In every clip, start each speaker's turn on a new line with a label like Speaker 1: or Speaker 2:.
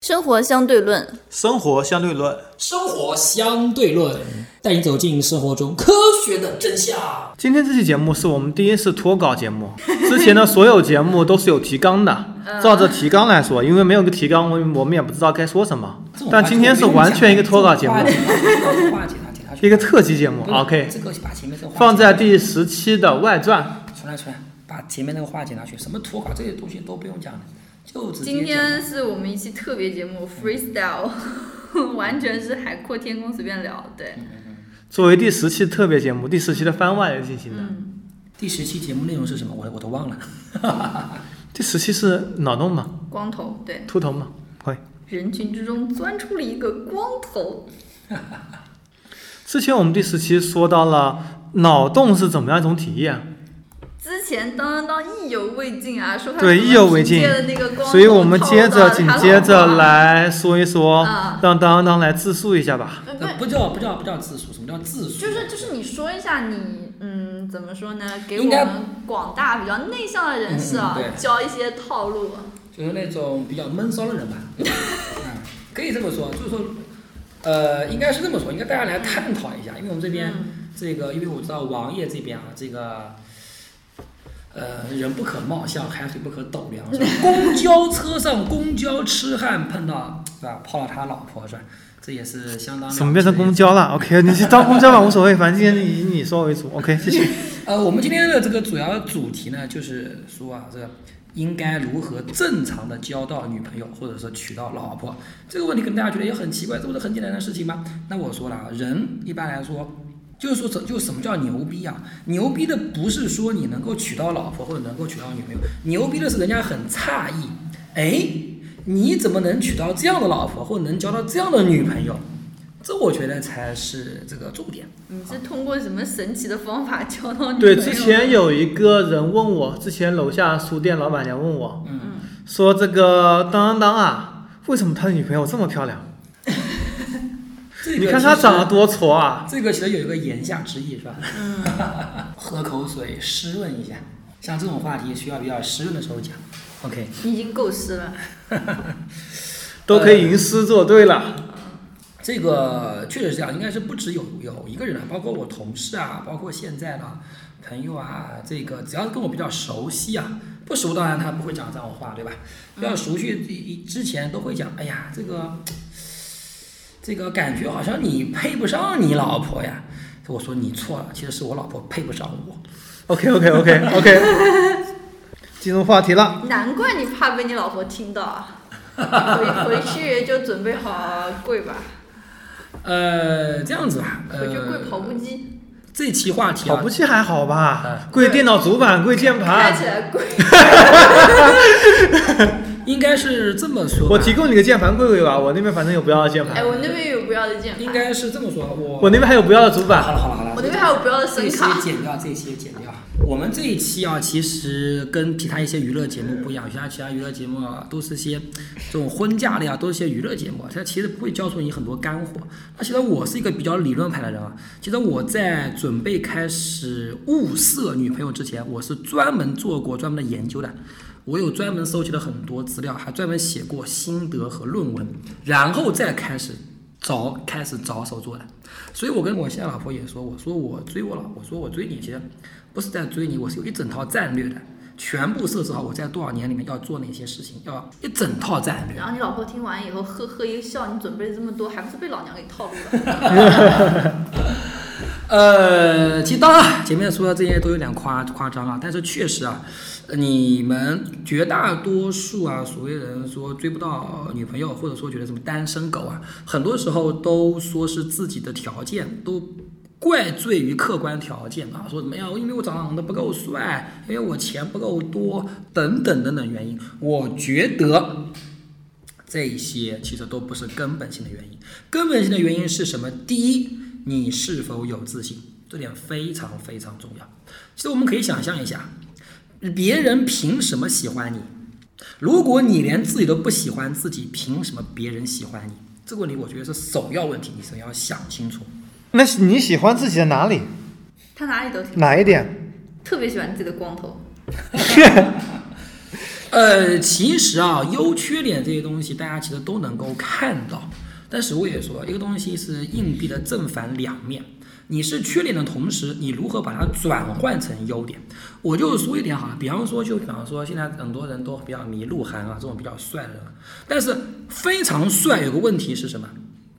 Speaker 1: 生活相对论，
Speaker 2: 生活相对论。
Speaker 3: 生活相对论，带你走进生活中科学的真相。
Speaker 2: 今天这期节目是我们第一次脱稿节目，之前的所有节目都是有提纲的，
Speaker 1: 嗯
Speaker 2: 照着提纲来说，因为没有个提纲，我们我们也不知道该说什么。但今天是完全一个脱稿节目，
Speaker 3: 话题它给它
Speaker 2: 一个特辑节目。OK，
Speaker 1: 嗯
Speaker 3: 这个把前面这个话
Speaker 2: 放
Speaker 3: 题
Speaker 2: 在第十期的外传，
Speaker 3: 重来重来，把前面那个话题拿去，什么脱稿这些东西都不用讲了，就直接
Speaker 1: 今
Speaker 3: 讲
Speaker 1: 天是我们一期特别节目 freestyle，完全是海阔天空随便聊。对，
Speaker 2: 作为第十期特别节目，第十期的番外来进行的。
Speaker 1: 嗯，
Speaker 3: 第十期节目内容是什么，我我都忘了。
Speaker 2: 第十期是脑洞嘛，
Speaker 1: 光头，对，
Speaker 2: 秃头嘛，会。
Speaker 1: 人群之中钻出了一个光头，
Speaker 2: 之前我们第十期说到了脑洞是怎么样一种体验，
Speaker 1: 之前当当当意犹未尽啊，说他
Speaker 2: 对
Speaker 1: 怎么
Speaker 2: 意犹未
Speaker 1: 凭借
Speaker 2: 尽
Speaker 1: 了那个光头
Speaker 2: 所以我们
Speaker 1: 套
Speaker 2: 接着
Speaker 1: 到
Speaker 2: 紧
Speaker 1: 他
Speaker 2: 接
Speaker 1: 老
Speaker 2: 着
Speaker 1: 婆
Speaker 2: 来说一说
Speaker 1: 啊，
Speaker 2: 让当当来自述一下吧。
Speaker 1: 不
Speaker 3: 呃
Speaker 1: 不，
Speaker 3: 不叫不叫不叫自述，什么叫自述？
Speaker 1: 就是就是你说一下你嗯怎么说呢？给我
Speaker 3: 应该
Speaker 1: 们广大比较内向的人士啊
Speaker 3: 嗯嗯对
Speaker 1: 教一些套路。
Speaker 3: 就是那种比较闷骚的人吧，对吧嗯，可以这么说，就是说，呃，应该是这么说，应该大家来探讨一下，因为我们这边、
Speaker 1: 嗯
Speaker 3: 这个，因为我知道王爷这边啊，这个，呃，人不可貌相，海水不可斗量，是吧？公交车上公交痴汉碰到是吧，泡了他老婆是吧？这也是相当
Speaker 2: 怎么变成公
Speaker 3: 交？
Speaker 2: 交了？OK，你去当公交吧，无所谓，反正今天以你说为主。OK，继续。
Speaker 3: 呃，我们今天的这个主要主题呢，就是说啊，这个应该如何正常的交到女朋友，或者说娶到老婆这个问题，可能大家觉得也很奇怪，这不是很简单的事情吗？那我说了，啊，人一般来说。就是说，什就什么叫牛逼啊？牛逼的不是说你能够娶到老婆或者能够娶到女朋友，牛逼的是人家很诧异，哎，你怎么能娶到这样的老婆，或者能交到这样的女朋友？这我觉得才是这个重点。
Speaker 1: 你是通过什么神奇的方法教到女
Speaker 2: 对，
Speaker 1: 朋友
Speaker 2: 之前有一个人问我，之前楼下书店老板娘问我，
Speaker 1: 嗯，
Speaker 2: 说这个当当当啊，为什么他的女朋友这么漂亮？
Speaker 3: 这个
Speaker 2: 你看他
Speaker 3: 其实
Speaker 2: 长得多矬啊！
Speaker 3: 这个其实有一个言下之意是吧？ 喝口水湿润一下，像这种话题需要比较湿润的时候讲。OK，
Speaker 1: 你已经够湿了。
Speaker 2: 都可以吟诗作对了。
Speaker 3: 这个确实是这样，应该是不止有有一个人啊，包括我同事啊，包括现在的朋友啊，这个只要跟我比较熟悉啊，不熟当然他不会讲这种话，对吧？比较熟悉之之前都会讲，哎呀，这个这个感觉好像你配不上你老婆呀。我说你错了，其实是我老婆配不上我。
Speaker 2: OK OK OK OK，进入话题了。
Speaker 1: 难怪你怕被你老婆听到啊， 回回去就准备好跪吧，
Speaker 3: 呃，这样子吧，呃，
Speaker 1: 回去跪跑步机，
Speaker 3: 这期话题
Speaker 2: 跑
Speaker 3: 啊
Speaker 2: 步，机还好吧
Speaker 3: 嗯？
Speaker 2: 跪电脑主板，跪键
Speaker 3: 啊
Speaker 1: 开
Speaker 2: 盘。
Speaker 1: 起来 跪。
Speaker 3: 应该是这么说吧，
Speaker 2: 我提供你个键盘跪跪啊吧，我那边反正有不要的键
Speaker 1: 哎，
Speaker 2: 盘，
Speaker 1: 我那边有不要的键
Speaker 3: 应
Speaker 1: 盘，
Speaker 3: 该是这么说，我
Speaker 2: 我那边还有不要的主
Speaker 3: 好
Speaker 2: 板。
Speaker 3: 了好了好了，
Speaker 1: 我那边还有不要的
Speaker 3: 这
Speaker 1: 声
Speaker 3: 一期
Speaker 1: 卡。
Speaker 3: 剪掉，这一期剪掉。我们这一期啊，其实跟其他一些娱乐节目不一样，其他其他娱乐节目啊，都是些这种婚嫁类啊，都是些娱乐节目啊，它其实不会教出你很多干货。那其实我是一个比较理论派的人啊，其实我在准备开始物色女朋友之前，我是专门做过专门的研究的。我有专门搜集了很多资料，还专门写过心得和论文，然后再开始着开始着手做的。所以我跟我现在老婆也说，我说我追我老，我说我追你，其实不是在追你，我是有一整套战略的，全部设置好我在多少年里面要做哪些事情，要一整套战略。
Speaker 1: 然后你老婆听完以后呵呵一笑，你准备了这么多，还不是被老娘给套路了？
Speaker 3: 呃，其实当然前面说的这些都有点夸夸张啊，但是确实啊，你们绝大多数啊，所谓人说追不到女朋友，或者说觉得什么单身狗啊，很多时候都说是自己的条件都。怪罪于客观条件啊，说怎么样？因为我长得不够帅，因为我钱不够多，等等等等原因。我觉得这一些其实都不是根本性的原因。根本性的原因是什么？第一，你是否有自信，这点非常非常重要。其实我们可以想象一下，别人凭什么喜欢你？如果你连自己都不喜欢自己，凭什么别人喜欢你？这个问题我觉得是首要问题，你首先要想清楚。
Speaker 2: 那你喜欢自己的哪里？
Speaker 1: 他哪里都挺，
Speaker 2: 哪一点？
Speaker 1: 特别喜欢自己的光头。
Speaker 3: 呃，其实啊，优缺点这些东西大家其实都能够看到，但是我也说，一个东西是硬币的正反两面。你是缺点的同时，你如何把它转换成优点？我就说一点哈，比方说，就比方说，现在很多人都比较迷鹿晗啊，这种比较帅的人，但是非常帅有个问题是什么？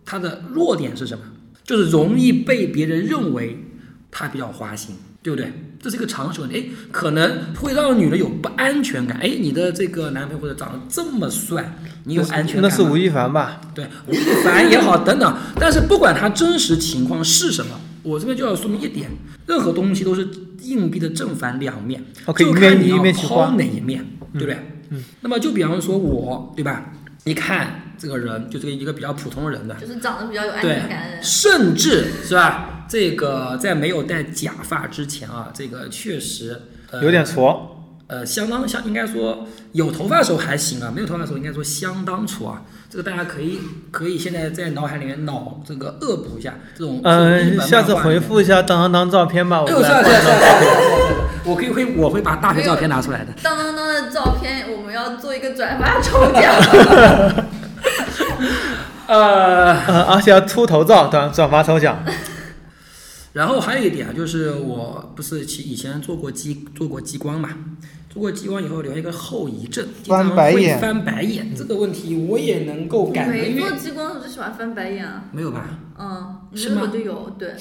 Speaker 3: 他的弱点是什么？就是容易被别人认为他比较花心，对不对？这是一个常识问题，哎，可能会让女的有不安全感。哎，你的这个男朋友或者长得这么帅，你有安全感
Speaker 2: 那
Speaker 3: 吗？
Speaker 2: 是吴亦凡吧？
Speaker 3: 对，吴亦凡也好，等等。但是不管他真实情况是什么，我这边就要说明一点：任何东西都是硬币的正反两面
Speaker 2: OK，
Speaker 3: 就
Speaker 2: 一面
Speaker 3: 看你
Speaker 2: 一面
Speaker 3: 要
Speaker 2: 去花
Speaker 3: 抛哪一面，对不对？
Speaker 2: 嗯
Speaker 3: 那么就比方说我，对吧？一看这个人，就这个一个比较普通人的，
Speaker 1: 就是长得比较有安
Speaker 3: 对
Speaker 1: 全感的人，
Speaker 3: 甚至是吧？这个在没有戴假发之前啊，这个确实、呃、
Speaker 2: 有点挫，
Speaker 3: 呃，相当相应该说有头发的时候还行啊，没有头发的时候应该说相当粗啊。这个大家可以可以现在在脑海里面脑这个恶补一下这种。这种日
Speaker 2: 嗯，
Speaker 3: 本
Speaker 2: 下次
Speaker 3: 漫画里
Speaker 2: 回
Speaker 3: 面。
Speaker 2: 复一下当当当照片吧，我
Speaker 3: 哎
Speaker 2: 们
Speaker 3: 呦，是
Speaker 2: 来
Speaker 3: 啊是啊是啊是啊是啊是啊！我可以会我会把大学照片拿出来的。
Speaker 1: 当当当的照片，我们要做一个转发抽奖。
Speaker 3: 呃，
Speaker 2: 嗯， 而且要秃头照转转发抽奖，
Speaker 3: 然后还有一点啊，就是我不是其以前做过激做过激光嘛，做过激光以后留下一个后遗症，经常
Speaker 2: 翻白
Speaker 3: 会
Speaker 2: 眼
Speaker 3: 翻白眼这个问题 我也能够
Speaker 1: 你
Speaker 3: 感觉，
Speaker 1: 没
Speaker 3: 因
Speaker 1: 做
Speaker 3: 为
Speaker 1: 激光的时候就喜欢翻白眼啊，
Speaker 3: 没有吧？
Speaker 1: 嗯，你
Speaker 3: 是
Speaker 1: 那
Speaker 3: 吗
Speaker 1: 会儿就有，对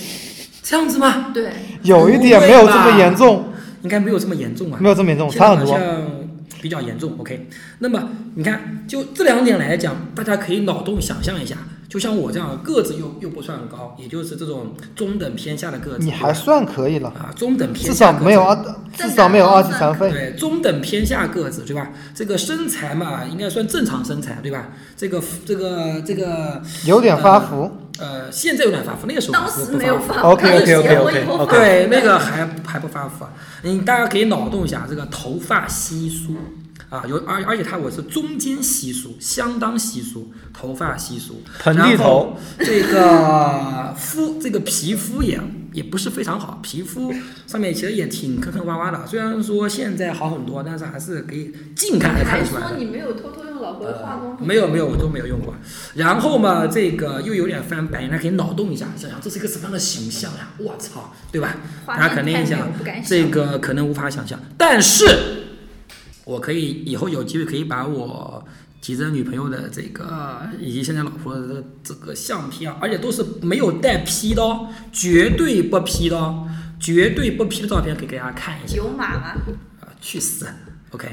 Speaker 3: 这样子吗？
Speaker 1: 对，
Speaker 2: 有一点没有这么严重，
Speaker 3: 应该没有这么严重啊。
Speaker 2: 没有这么严重，
Speaker 3: 现在
Speaker 2: 差很
Speaker 3: 好
Speaker 2: 多。
Speaker 3: 像比较严重。OK，那么你看，就这两点来讲，大家可以脑洞想象一下，就像我这样个子又又不算高，也就是这种中等偏下的个子，
Speaker 2: 你还算可以了，
Speaker 3: 啊中等偏
Speaker 2: 至
Speaker 3: 下
Speaker 2: 少
Speaker 3: 个子
Speaker 2: 没有二，至少没有二级残废。
Speaker 3: 对中等偏下个子对吧？这个身材嘛，应该算正常身材对吧？这个这个这个
Speaker 2: 有点发福，
Speaker 3: 呃，现在有点发福，那个时候
Speaker 1: 当
Speaker 3: 不
Speaker 1: 时
Speaker 3: 不
Speaker 1: 没有
Speaker 3: 发
Speaker 1: 发，
Speaker 3: 福
Speaker 2: OK，OK，OK，OK，OK
Speaker 1: 但是结婚以后发
Speaker 3: 对，那个还还不发福啊！你大家可以脑洞一下，这个头发稀疏啊，有而而且它我是中间稀疏，相当稀疏，头发稀疏，
Speaker 2: 盆地
Speaker 3: 然后
Speaker 2: 头，
Speaker 3: 这个肤这个皮肤也也不是非常好，皮肤上面其实也挺坑坑洼洼的。虽然说现在好很多，但是还是可以近看
Speaker 1: 你
Speaker 3: 还
Speaker 1: 还
Speaker 3: 看出来
Speaker 1: 说
Speaker 3: 的。
Speaker 1: 你没有偷偷用老婆的化妆
Speaker 3: 呃
Speaker 1: 品？
Speaker 3: 没有没有，我都没有用过。然后嘛，这个又有点翻白眼，那可以脑洞一下，想想这是一个什么样的形象呀、我操，对吧？
Speaker 1: 画
Speaker 3: 大
Speaker 1: 面
Speaker 3: 家肯定
Speaker 1: 太
Speaker 3: 想
Speaker 1: 美我不敢
Speaker 3: 这
Speaker 1: 想
Speaker 3: 个可能无法想象，但是我可以以后有机会可以把我吉珍女朋友的这个以及现在老婆的这个这个相片啊，而且都是没有带 P 的哦，绝对不 P 的哦，绝对不 P 的照片可以给大家看一下。
Speaker 1: 有码吗？
Speaker 3: 啊，去死！OK，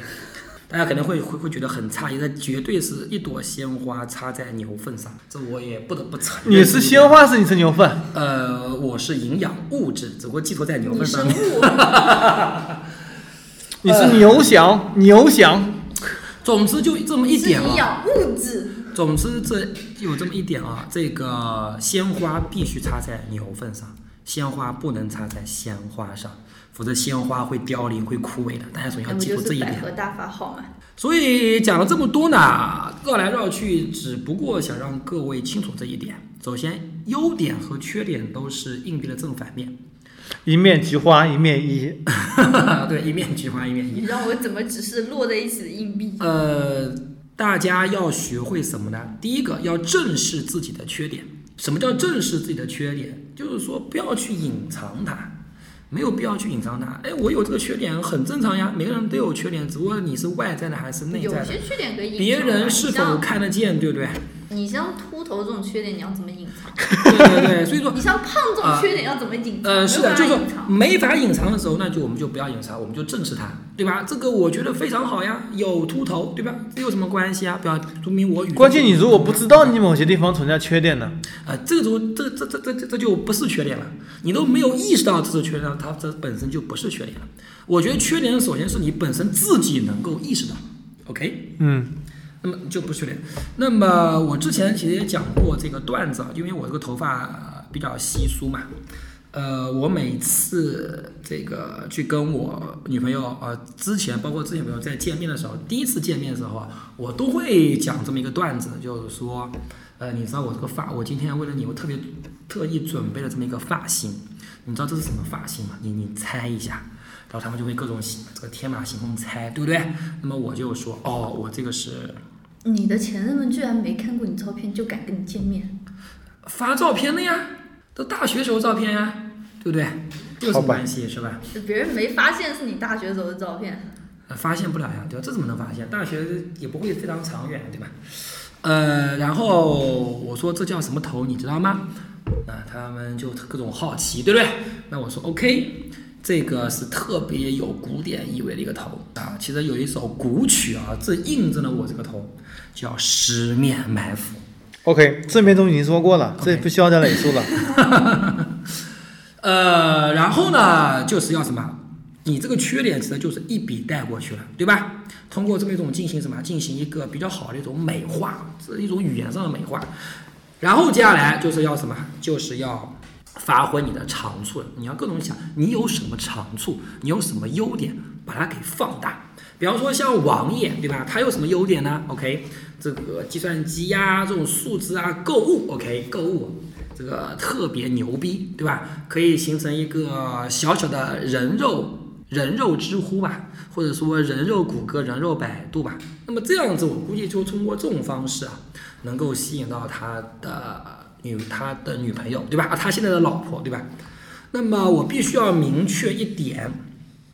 Speaker 3: 大家可能会会会觉得很诧异，那绝对是一朵鲜花插在牛粪上，这我也不得不承认。
Speaker 2: 你是鲜？花是你是牛粪？
Speaker 3: 呃，我是营养物质，只不过寄托在牛
Speaker 1: 你
Speaker 3: 粪
Speaker 1: 是
Speaker 3: 上面。
Speaker 1: 物，
Speaker 2: 你是牛翔，牛翔，
Speaker 3: 总之就这么一
Speaker 1: 你是
Speaker 3: 点
Speaker 1: 营
Speaker 3: 啊，
Speaker 1: 养物质，
Speaker 3: 总之这有这么一点啊，这个鲜花必须插在牛粪上，鲜花不能插在鲜花上，否则鲜花会凋零、会枯萎的。大家首先
Speaker 1: 那
Speaker 3: 要
Speaker 1: 不
Speaker 3: 记
Speaker 1: 哎就
Speaker 3: 住这
Speaker 1: 是
Speaker 3: 一
Speaker 1: 百
Speaker 3: 点。
Speaker 1: 合大法好吗？
Speaker 3: 所以讲了这么多呢，绕来绕去，只不过想让各位清楚这一点。首先，优点和缺点都是硬币的正反面，
Speaker 2: 一面菊花一面一，
Speaker 3: 对，一面菊花一面一。
Speaker 1: 你让我怎么只是摞在一起的硬币？
Speaker 3: 呃，大家要学会什么呢？第一个要正视自己的缺点。什么叫正视自己的缺点？就是说不要去隐藏它，没有必要去隐藏它。哎，我有这个缺点很正常呀，每个人都有缺点，只不过你是外在的还是内
Speaker 1: 有
Speaker 3: 在的，
Speaker 1: 些缺点可以隐藏啊，
Speaker 3: 别人
Speaker 1: 你
Speaker 3: 是否
Speaker 1: 像
Speaker 3: 看得见，对不 对？
Speaker 1: 你像秃头这种缺点，你要怎么隐藏？
Speaker 3: 对对对，所以说
Speaker 1: 你像胖这种缺点要怎么隐藏？
Speaker 3: 啊呃，是的，
Speaker 1: 没
Speaker 3: 就是
Speaker 1: 有
Speaker 3: 说
Speaker 1: 办法隐藏
Speaker 3: 没法隐藏的时候，那就我们就不要隐藏，我们就正视它，对吧？这个我觉得非常好呀，有秃头，对吧？这有什么关系啊？不要说明我与众
Speaker 2: 关键你如果
Speaker 3: 不
Speaker 2: 不
Speaker 3: 同
Speaker 2: 知道你某些地方存在缺点呢？
Speaker 3: 啊，这种这这这这这这就不是缺点了，你都没有意识到这是缺点，它这本身就不是缺点了。我觉得缺点首先是你本身自己能够意识到，OK？
Speaker 2: 嗯，
Speaker 3: 那么就不是缺点。那么我之前其实也讲过这个段子啊，因为我这个头发比较稀疏嘛，呃，我每次这个去跟我女朋友呃之前，包括之前朋友在见面的时候，第一次见面的时候啊，我都会讲这么一个段子，就是说，呃，你知道我这个发，我今天为了你，我特别特意准备了这么一个发型，你知道这是什么发型吗？你你猜一下。后他们就会各种这个天马行空猜，对不对？那么我就说，哦，我这个是
Speaker 1: 你的前任们居然没看过你照片就敢跟你见面，
Speaker 3: 发照片的呀，都大学时候照片呀，对不对？有什
Speaker 2: 好
Speaker 3: 么
Speaker 2: 吧
Speaker 3: 关系是吧？
Speaker 1: 别人没发现是你大学时候的照片。
Speaker 3: 呃发现不了呀，对吧？这怎么能发现？大学也不会非常长远，对吧？呃，然后我说这叫什么头，你知道吗？那他们就各种好奇，对不对？那我说 OK，这个是特别有古典意味的一个头啊。其实有一首古曲啊，这印证了我这个头，叫《十面埋伏》。
Speaker 2: OK，正面中已经说过了，这
Speaker 3: OK
Speaker 2: 不需要再累 述了。
Speaker 3: 呃，然后呢，就是要什么？你这个缺点其实就是一笔带过去了，对吧？通过这么一种进行什么？进行一个比较好的一种美化，这一种语言上的美化。然后接下来就是要什么？就是要发挥你的长处了。你要各种想，你有什么长处？你有什么优点？把它给放大。比方说像王爷，对吧？他有什么优点呢？OK，这个计算机呀、这种数字啊，购物，OK，购物，这个特别牛逼，对吧？可以形成一个小小的人肉人肉知乎吧，或者说人肉谷歌、人肉百度吧。那么这样子，我估计就通过这种方式啊，能够吸引到他的女他的女朋友，对吧？啊他现在的老婆，对吧？那么我必须要明确一点，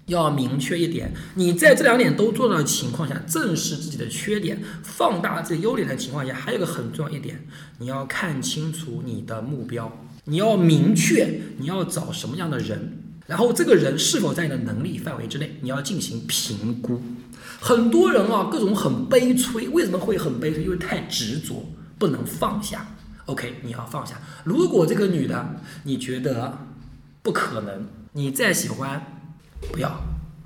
Speaker 3: 要明确一点，你在这两点都做到的情况下，正视自己的缺点，放大自己优点的情况下，还有一个很重要一点，你要看清楚你的目标，你要明确你要找什么样的人，然后这个人是否在你的能力范围之内，你要进行评估。很多人啊，各种很悲催，为什么会很悲催？因为太执着，不能放下。OK，你要放下。如果这个女的你觉得不可能，你再喜欢，不要。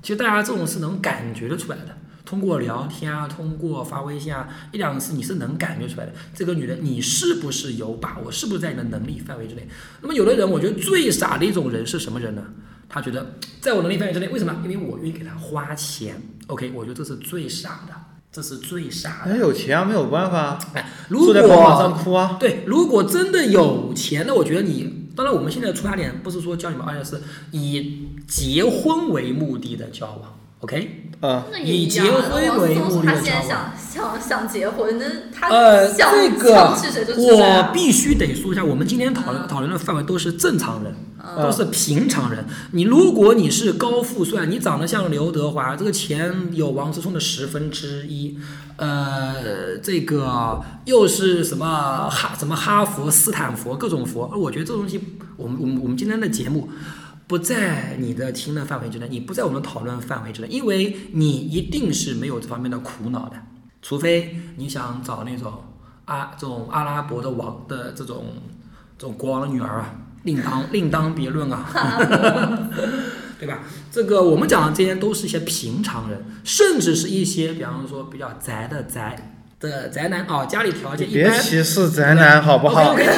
Speaker 3: 其实大家这种是能感觉得出来的，通过聊天啊，通过发微信啊，一两次你是能感觉出来的。这个女的你是不是有把握，是不是在你的能力范围之内？那么有的人，我觉得最傻的一种人是什么人呢？他觉得在我能力范围之内，为什么？因为我愿意给他花钱。OK，我觉得这是最傻的，这是最傻的。
Speaker 2: 人有钱啊，没有办法，
Speaker 3: 哎，如
Speaker 2: 坐
Speaker 3: 果
Speaker 2: 在宝马上哭啊。
Speaker 3: 对，如果真的有钱，那我觉得你，当然我们现在出发点不是说教你们，而是以结婚为目的的交往，OK？
Speaker 2: 呃，
Speaker 1: 那也
Speaker 3: 以
Speaker 1: 一
Speaker 3: 结
Speaker 1: 样啊
Speaker 3: 婚为
Speaker 1: 我
Speaker 3: 目
Speaker 1: 说
Speaker 3: 的
Speaker 1: 他
Speaker 3: 的
Speaker 1: 现
Speaker 3: 交
Speaker 1: 在
Speaker 3: 往。
Speaker 1: 想想想结婚，那他
Speaker 3: 呃，
Speaker 1: 想、
Speaker 3: 这个
Speaker 1: 想是谁就娶谁
Speaker 3: 我
Speaker 1: 啊。
Speaker 3: 必须得说一下，我们今天讨论
Speaker 1: 嗯
Speaker 3: 讨论的范围都是正常人，
Speaker 2: 嗯
Speaker 3: 都是平常人。你如果你是高富帅，你长得像刘德华，这个钱有王思聪的十分之一，呃，这个又是什么哈什么哈佛、斯坦福各种佛，我觉得这东西，我们我们我们今天的节目。不在你的听的范围之内，你不在我们讨论范围之内，因为你一定是没有这方面的苦恼的，除非你想找那种啊这种阿拉伯的王的这种这种国王的女儿啊，另当另当别论啊。 对吧？这个我们讲的这些都是一些平常人，甚至是一些，比方说比较宅的宅的宅男啊、家里条件一
Speaker 2: 别
Speaker 3: 般。
Speaker 2: 歧视宅男好不好？
Speaker 3: OK OK，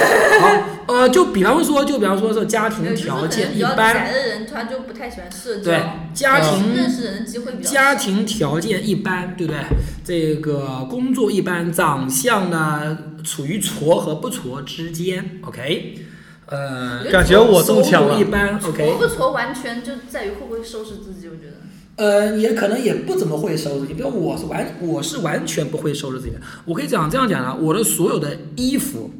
Speaker 3: 好，呃，就比方说，就比方说是家庭
Speaker 1: 有就是
Speaker 3: 条
Speaker 1: 可能
Speaker 3: 件
Speaker 1: 比
Speaker 3: 一
Speaker 1: 较
Speaker 3: 般，
Speaker 1: 宅的人，他就不太喜欢
Speaker 2: 嗯
Speaker 1: 社交
Speaker 3: 对，家庭
Speaker 1: 认识人的机会比较
Speaker 3: 家
Speaker 1: 少
Speaker 3: 庭条件一般，对不对？这个工作一般，长相呢处于矬和不矬之间，OK，呃，
Speaker 2: 感觉我中
Speaker 3: 收
Speaker 2: 枪
Speaker 3: 入一
Speaker 2: 了。
Speaker 3: 般，OK，
Speaker 1: 挫不挫完全就在于会不会收拾自己，我觉得。
Speaker 3: 呃，也可能也不怎么会收拾。比如我是完，我是完全不会收拾自己的。我可以讲这样讲啊，我的所有的衣服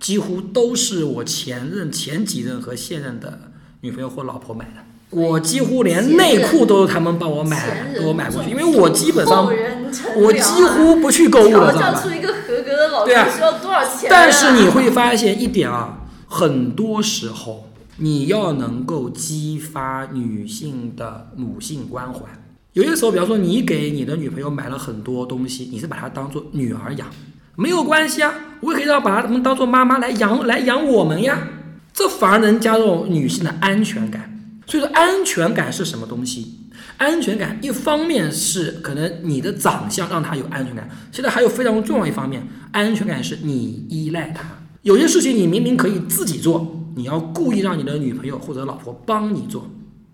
Speaker 3: 几乎都是我前任、前几任和现任的女朋友或老婆买的。我几乎连内裤都是他们帮我买
Speaker 1: 前，人
Speaker 3: 给我买过去，因为我基本上
Speaker 1: 后人乘凉啊
Speaker 3: 我几乎不去购物了，
Speaker 1: 调
Speaker 3: 知道
Speaker 1: 教
Speaker 3: 吧？
Speaker 1: 出一个合格的老
Speaker 3: 对啊
Speaker 1: 公需要多少钱啊？
Speaker 3: 但是你会发现一点啊，很多时候你要能够激发女性的母性关怀。有些时候，比方说你给你的女朋友买了很多东西，你是把她当做女儿养，没有关系啊，我也可以让把她们当做妈妈来养来养我们呀，这反而能加重女性的安全感。所以说，安全感是什么东西？安全感一方面是可能你的长相让他有安全感，现在还有非常重要一方面，安全感是你依赖他。有些事情你明明可以自己做，你要故意让你的女朋友或者老婆帮你做，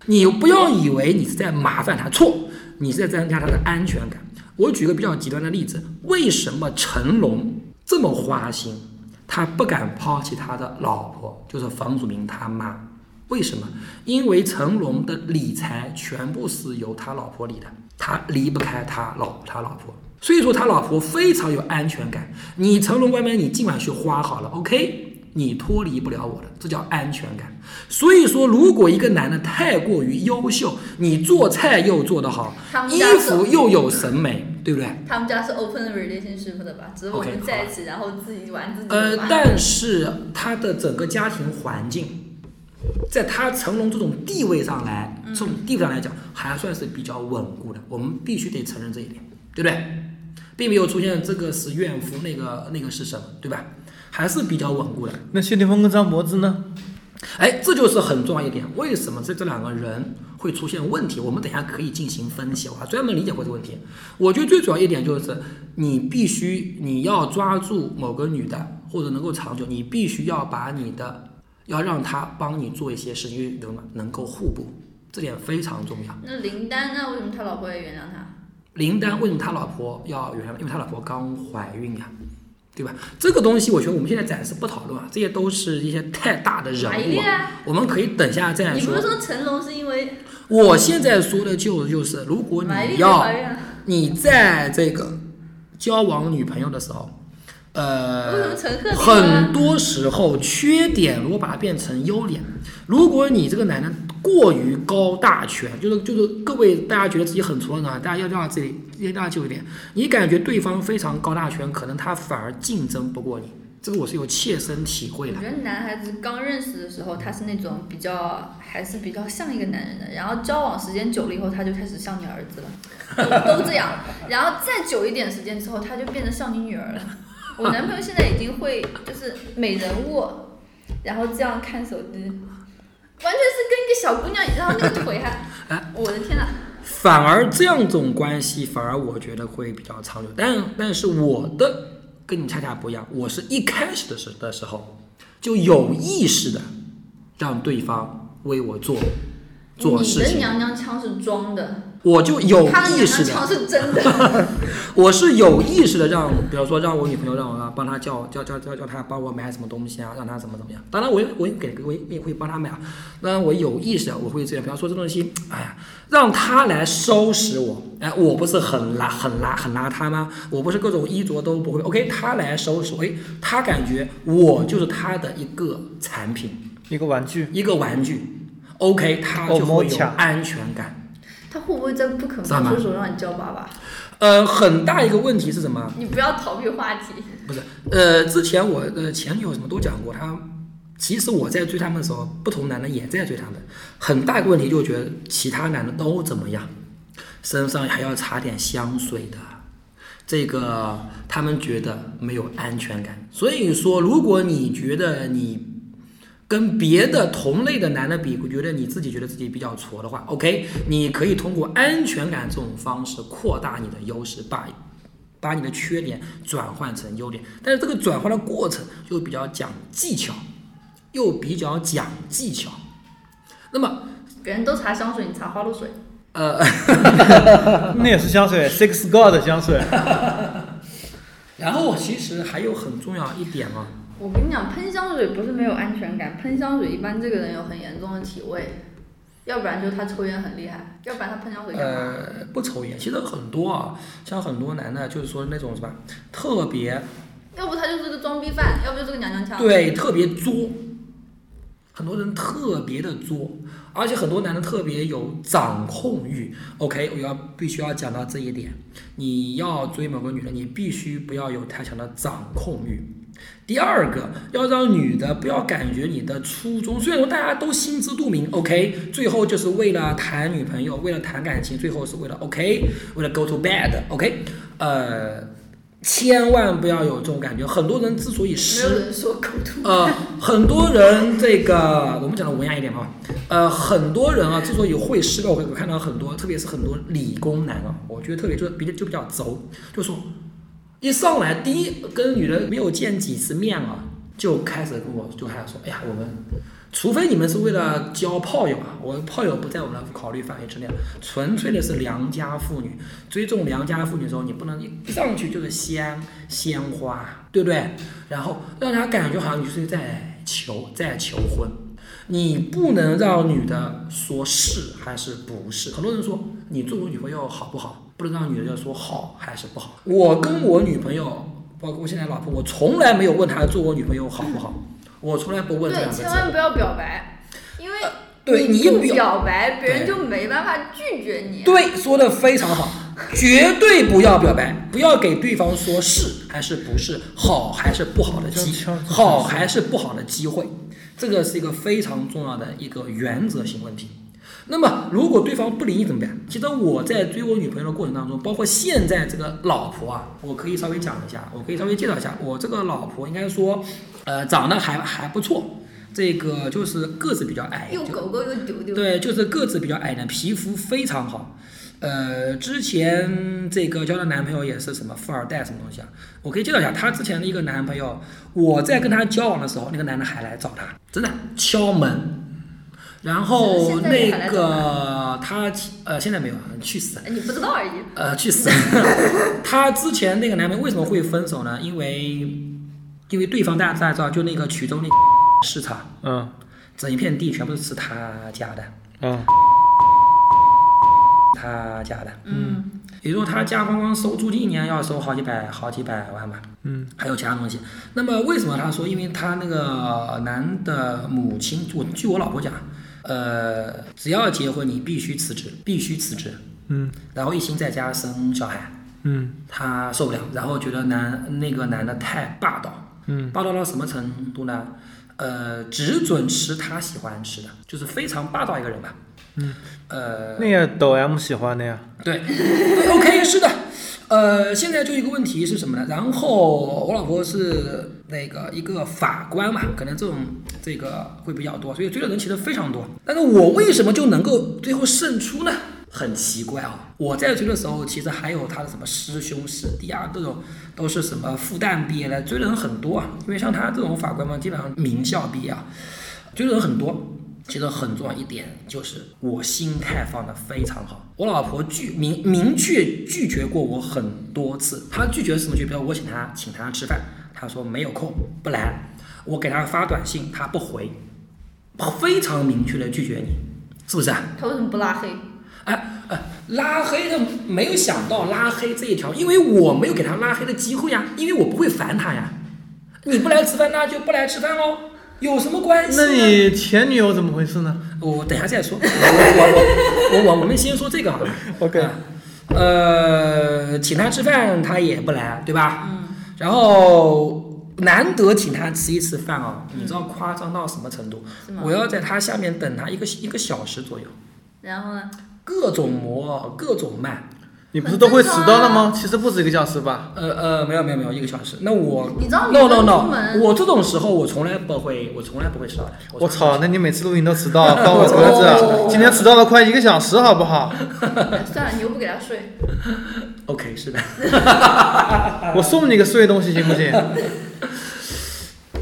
Speaker 3: 你不要以为你是在麻烦她，错，你是在增加她的安全感。我举个比较极端的例子，为什么成龙这么花心？他不敢抛弃他的老婆，就是房祖名他妈。为什么？因为成龙的理财全部是由他老婆理的，他离不开他老他老婆，所以说他老婆非常有安全感。你成龙外面你尽管去花好了，OK，你脱离不了我的，这叫安全感。所以说，如果一个男的太过于优秀，你做菜又做得好
Speaker 1: 他，们
Speaker 3: 衣
Speaker 1: 家
Speaker 3: 服又有审美，对不对？
Speaker 1: 他们家是 open relationship 的吧？只是我
Speaker 3: OK，
Speaker 1: 们在一起，然后自己玩自己
Speaker 3: 呃
Speaker 1: 的，吧。
Speaker 3: 但是他的整个家庭环境，在他成龙这种地位上来，这种地位上来讲，还算是比较稳固的。我们必须得承认这一点，对不对？并没有出现这个是怨妇，那个那个是什么，对吧？还是比较稳固的。
Speaker 2: 那谢霆锋跟张柏芝呢？
Speaker 3: 哎，这就是很重要一点。为什么这这两个人会出现问题？我们等一下可以进行分析，我还专门理解过这个问题。我觉得最主要一点就是，你必须你要抓住某个女的，或者能够长久，你必须要把你的要让她帮你做一些事情，因为人嘛能够互补，这点非常重要。
Speaker 1: 那林丹呢？为什么他老婆也原谅他？
Speaker 3: 林丹为什么他老婆要原谅？因为他老婆刚怀孕呀、对吧？这个东西我觉得我们现在暂时不讨论啊，这些都是一些太大的人
Speaker 1: 马伊
Speaker 3: 物、啊，
Speaker 1: 琍啊？
Speaker 3: 我们可以等下再
Speaker 1: 你
Speaker 3: 说
Speaker 1: 不是。说成龙是因为
Speaker 3: 我现在说的就就是，如果
Speaker 1: 马伊
Speaker 3: 你
Speaker 1: 琍就
Speaker 3: 要
Speaker 1: 怀孕啊了？
Speaker 3: 你在这个交往女朋友的时候，
Speaker 1: 为什么
Speaker 3: 呃，
Speaker 1: 陈赫离婚
Speaker 3: 很
Speaker 1: 了？
Speaker 3: 多时候缺点如果把它变成优点，如果你这个男人过于高大全，就是就是各位大家觉得自己很挫呢，大家要到这里，要大家就一点，你感觉对方非常高大全，可能他反而竞争不过你，这个我是有切身体
Speaker 1: 我
Speaker 3: 会的
Speaker 1: 觉。得男孩子刚认识的时候，他是那种比较还是比较像一个男人的，然后交往时间久了以后，他就开始像你儿子 了，都都这样。然后再久一点时间之后，他就变得像你女儿了。我男朋友现在已经会就是美人物，然后这样看手机，完全是跟一个小姑娘，然后那个腿
Speaker 3: 哎
Speaker 1: 还，我的天呐！
Speaker 3: 反而这样种关系，反而我觉得会比较长久。但但是我的跟你恰恰不一样，我是一开始的时的时候就有意识的让对方为我做做
Speaker 1: 你
Speaker 3: 事
Speaker 1: 的
Speaker 3: 情，
Speaker 1: 娘娘腔是装的，
Speaker 3: 我就有
Speaker 1: 他的
Speaker 3: 意
Speaker 1: 娘
Speaker 3: 识
Speaker 1: 娘腔
Speaker 3: 的
Speaker 1: 是真的。
Speaker 3: 我是有意识的让，比如说让我女朋友让我让帮她叫叫叫叫叫她帮我买什么东西啊，让她怎么怎么样。当然我也我也给我也我也会帮她买啊，当然我有意识的我会这样，比方说这东西，哎呀，让她来收拾我，哎，我不是很邋很邋很邋遢吗？我不是各种衣着都不会，OK，她来收拾我，哎，她感觉我就是她的一个产品，
Speaker 2: 一个玩具，
Speaker 3: 一个玩具，OK，她就会有安全感。
Speaker 1: 他会不会在不可
Speaker 3: 知道
Speaker 1: 描
Speaker 3: 吗
Speaker 1: 述的时候让你叫爸爸？
Speaker 3: 呃，很大一个问题是什么？
Speaker 1: 你不要逃避话题。
Speaker 3: 不是，呃，之前我呃前女友什么都讲过，她其实我在追她们的时候，不同男的也在追她们，很大一个问题就是觉得其他男的都怎么样，身上还要擦点香水的，这个他们觉得没有安全感。所以说，如果你觉得你跟别的同类的男的比，觉得你自己觉得自己比较挫的话，OK，你可以通过安全感这种方式扩大你的优势，把把你的缺点转换成优点，但是这个转换的过程就比较讲技巧，又比较讲技巧。那么，
Speaker 1: 别人都擦香水，你擦花露水。
Speaker 3: 呃，
Speaker 2: 那也是香水，Six God 的香水。
Speaker 3: 然后其实还有很重要一点啊，
Speaker 1: 我跟你讲，喷香水不是没有安全感，喷香水一般这个人有很严重的体味，要不然就是他抽烟很厉害，要不然他喷香水干嘛？
Speaker 3: 呃，不抽烟，其实很多啊，像很多男的，就是说那种什么特别
Speaker 1: 要不他就是个装逼犯，要不就是个娘娘腔。
Speaker 3: 对特别作，很多人特别的作，而且很多男的特别有掌控欲。OK，我要必须要讲到这一点，你要追某个女的，你必须不要有太强的掌控欲。第二个，要让女的不要感觉你的初衷，虽然说大家都心知肚明，OK，最后就是为了谈女朋友，为了谈感情，最后是为了 OK，为了 go to bed，OK，、呃，千万不要有这种感觉。很多人之所以
Speaker 1: 没
Speaker 3: 失
Speaker 1: 有人说狗吐。
Speaker 3: 呃，很多人这个我们讲的文雅一点哈，呃，很多人啊，之所以会失败，我我看到很多，特别是很多理工男啊，我觉得特别就是比较就比较轴，就说一上来第一跟女人没有见几次面啊，就开始跟我就开始说，哎呀，我们除非你们是为了交炮友啊，我炮友不在我们的考虑范围之内，纯粹的是良家妇女。追这种良家妇女的时候，你不能一上去就是鲜鲜花，对不对？然后让她感觉好像你是在求在求婚。你不能让女的说是还是不是。很多人说你做我女朋友好不好，不能让女的说好还是不好。我跟我女朋友，包括我现在老婆，我从来没有问她做我女朋友好不好，我从来不问这
Speaker 1: 对，
Speaker 3: 两个字
Speaker 1: 千。万不要表白，因为
Speaker 3: 对你
Speaker 1: 你
Speaker 3: 一
Speaker 1: 不
Speaker 3: 表
Speaker 1: 表白，别人
Speaker 3: 对
Speaker 1: 就没办法拒绝你。啊
Speaker 3: 对，说的非常好，绝对不要表白，不要给对方说是还是不是，好还是不好的
Speaker 2: 这
Speaker 3: 机
Speaker 2: 这，
Speaker 3: 好还是不好的机会，这个是一个非常重要的一个原则性问题。那么，如果对方不理你怎么办？其实我在追我女朋友的过程当中，包括现在这个老婆啊，我可以稍微讲一下，我可以稍微介绍一下，我这个老婆应该说，呃，长得还还不错，这个就是个子比较矮，
Speaker 1: 又
Speaker 3: 就
Speaker 1: 狗狗又丢丢。
Speaker 3: 对，就是个子比较矮呢，皮肤非常好。呃，之前这个交的男朋友也是什么富二代什么东西啊？我可以介绍一下，她之前的一个男朋友，我在跟她交往的时候，那个男的还来找她，真的敲门。然后
Speaker 1: 现在也还
Speaker 3: 那
Speaker 1: 来找
Speaker 3: 个她呃，现在没有，去死。
Speaker 1: 哎，你不知道而已。
Speaker 3: 呃，去 死！他之前那个男朋友为什么会分手呢？因为因为对方大家大家知道，就那个衢州那个市场，
Speaker 2: 嗯
Speaker 3: 整一片地全部是他家的，
Speaker 2: 嗯，
Speaker 3: 他家的。
Speaker 1: 嗯，
Speaker 3: 也就是说他家光光收租金一年要收好几百好几百万吧，
Speaker 2: 嗯，
Speaker 3: 还有其他东西。那么为什么他说？因为他那个男的母亲，我据我老婆讲，呃，只要结婚你必须辞职，必须辞职，
Speaker 2: 嗯
Speaker 3: 然后一心在家生小孩，
Speaker 2: 嗯
Speaker 3: 他受不了，然后觉得男那个男的太霸道，
Speaker 2: 嗯
Speaker 3: 霸道到什么程度呢？呃，只准吃他喜欢吃的，就是非常霸道一个人吧。
Speaker 2: 嗯，
Speaker 3: 呃，
Speaker 2: 那个抖 M 喜欢的呀。
Speaker 3: 对对，OK，是的。呃，现在就一个问题是什么呢？然后我老婆是那个一个法官嘛，可能这种这个会比较多，所以追的人其实非常多。但是我为什么就能够最后胜出呢？很奇怪啊、我在追的时候，其实还有他的什么师兄师弟啊，这种都是什么复旦毕业的，追的人很多啊。因为像他这种法官嘛，基本上名校毕业啊，追的人很多。其实很重要一点就是我心态放得非常好。我老婆拒明明确拒绝过我很多次，她拒绝什么？就比如我请她请她吃饭，她说没有空不来。我给她发短信，她不回，非常明确的拒绝你，是不是啊？
Speaker 1: 他为嗯什么不拉黑？
Speaker 3: 哎哎，拉黑的没有想到拉黑这一条，因为我没有给他拉黑的机会呀，因为我不会烦他呀。你不来吃饭，那就不来吃饭喽，有什么关系呢？
Speaker 2: 那你前女友怎么回事呢
Speaker 3: 我等一下再 说，我我我我我我们先说这个好了。啊
Speaker 2: ？OK，
Speaker 3: 呃，请他吃饭他也不来，对吧？嗯。然后难得请他吃一次饭哦，你知道夸张到什么程度？
Speaker 1: 是吗
Speaker 3: 我要在他下面等他一个一个小时左右，
Speaker 1: 然后呢？
Speaker 3: 各种磨，各种慢。
Speaker 2: 你不是都会迟到了
Speaker 3: 啊
Speaker 2: 吗？其实不止一个小时吧。
Speaker 3: 呃呃，没有没有没有，一个小时。那我
Speaker 1: 你知道
Speaker 3: no no
Speaker 1: 出
Speaker 3: no，
Speaker 1: 门
Speaker 3: 我这种时候我从来不会，我从来不会迟到的。
Speaker 2: 我
Speaker 3: 从来
Speaker 2: 操！那你每次录音都迟到，翻我车 子。啊今天迟到了快一个小时，好不好？
Speaker 1: 哎算了，你又不给他睡，
Speaker 3: 不！OK，是的。
Speaker 2: 我送你个碎东西行不行？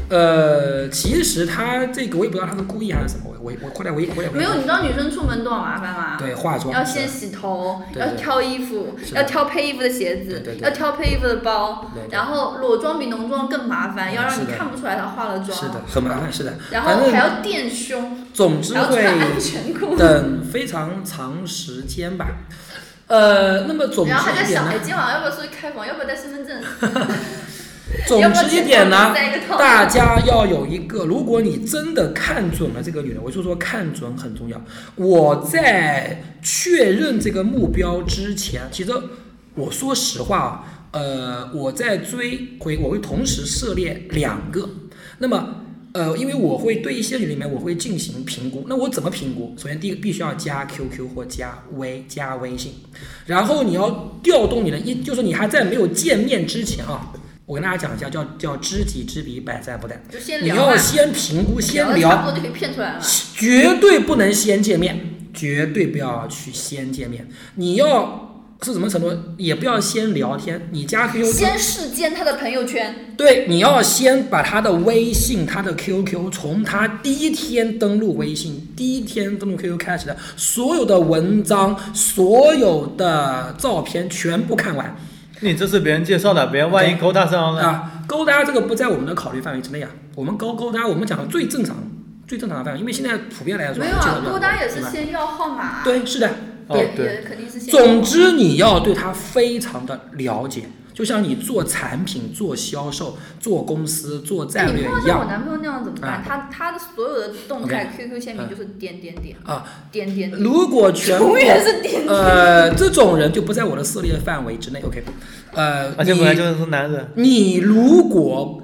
Speaker 3: 呃，其实他这个我也不知道他是故意还是什么，我我我后来我也我也
Speaker 1: 没有？你知道女生出门多少麻烦吗？
Speaker 3: 对化妆
Speaker 1: 要先洗头，
Speaker 3: 对对
Speaker 1: 要挑衣服，
Speaker 3: 是的
Speaker 1: 要挑配衣服的鞋
Speaker 3: 对
Speaker 1: 子
Speaker 3: 对，对
Speaker 1: 要挑配衣服的包，
Speaker 3: 对对
Speaker 1: 然后裸妆比浓妆更麻烦，要让
Speaker 3: 是
Speaker 1: 你
Speaker 3: 的
Speaker 1: 看不出来她化了妆。
Speaker 3: 是的，很麻烦，是的。
Speaker 1: 然
Speaker 3: 反
Speaker 1: 后
Speaker 3: 正
Speaker 1: 还要垫胸，
Speaker 3: 总之
Speaker 1: 还要
Speaker 3: 会
Speaker 1: 穿安全裤，
Speaker 3: 等非常长时间吧。呃，那么总之
Speaker 1: 然后还
Speaker 3: 一
Speaker 1: 在
Speaker 3: 点
Speaker 1: 想，哎，
Speaker 3: 呢，
Speaker 1: 今天晚上要不要出去开房？要不要带身份证？
Speaker 3: 总之一
Speaker 1: 要
Speaker 3: 点呢
Speaker 1: 不要，剪头发塞个套
Speaker 3: 大家要有一个，如果你真的看准了这个女人，我就说看准很重要。我在确认这个目标之前，其实我说实话啊，呃，我在追回，我会同时涉猎两个。那么，呃，因为我会对一些女里面我会进行评估。那我怎么评估？首先，第一个必须要加 QQ 或加微加微信，然后你要调动你的一，就是你还在没有见面之前啊，我跟大家讲一下，叫叫知己知彼，百战不殆。
Speaker 1: 就先
Speaker 3: 你
Speaker 1: 聊嘛
Speaker 3: 要，先评估，先
Speaker 1: 聊得差
Speaker 3: 聊
Speaker 1: 不，多就可以骗出来了。
Speaker 3: 绝对不能先见面，绝对不要去先见面。你要是什么程度，也不要先聊天。你加 QQ 之后
Speaker 1: 先视奸他的朋友圈，
Speaker 3: 对，你要先把他的微信、他的 QQ，从他第一天登录微信、第一天登录 QQ 开始的所有的文章、所有的照片全部看完
Speaker 2: 你这是别人介绍的，别人万一勾搭上了，
Speaker 3: 啊啊！勾搭这个不在我们的考虑范围之内啊，我们勾勾搭，我们讲的最正常、最正常的范围，因为现在普遍来说
Speaker 1: 没有啊，
Speaker 3: 多
Speaker 1: 多单也是先要号码，
Speaker 3: 对，是的。
Speaker 2: 哦
Speaker 1: 也
Speaker 2: 对
Speaker 1: 也肯定是先要号码。
Speaker 3: 总之，你要对它非常的了解，就像你做产品、做销售、做公司、做战
Speaker 1: 哎你
Speaker 3: 略
Speaker 1: 碰到
Speaker 3: 一
Speaker 1: 像我
Speaker 3: 样
Speaker 1: 男朋友那样怎么办？
Speaker 3: 啊
Speaker 1: 他他的所有的动态 QQ 签名就是点点点
Speaker 3: 啊。
Speaker 1: 点点点，
Speaker 3: 如果全部
Speaker 1: 永远是点。
Speaker 3: 呃这种人就不在我的涉猎范围之内，OK？呃，
Speaker 2: 而且本来就是男人，
Speaker 3: 你如果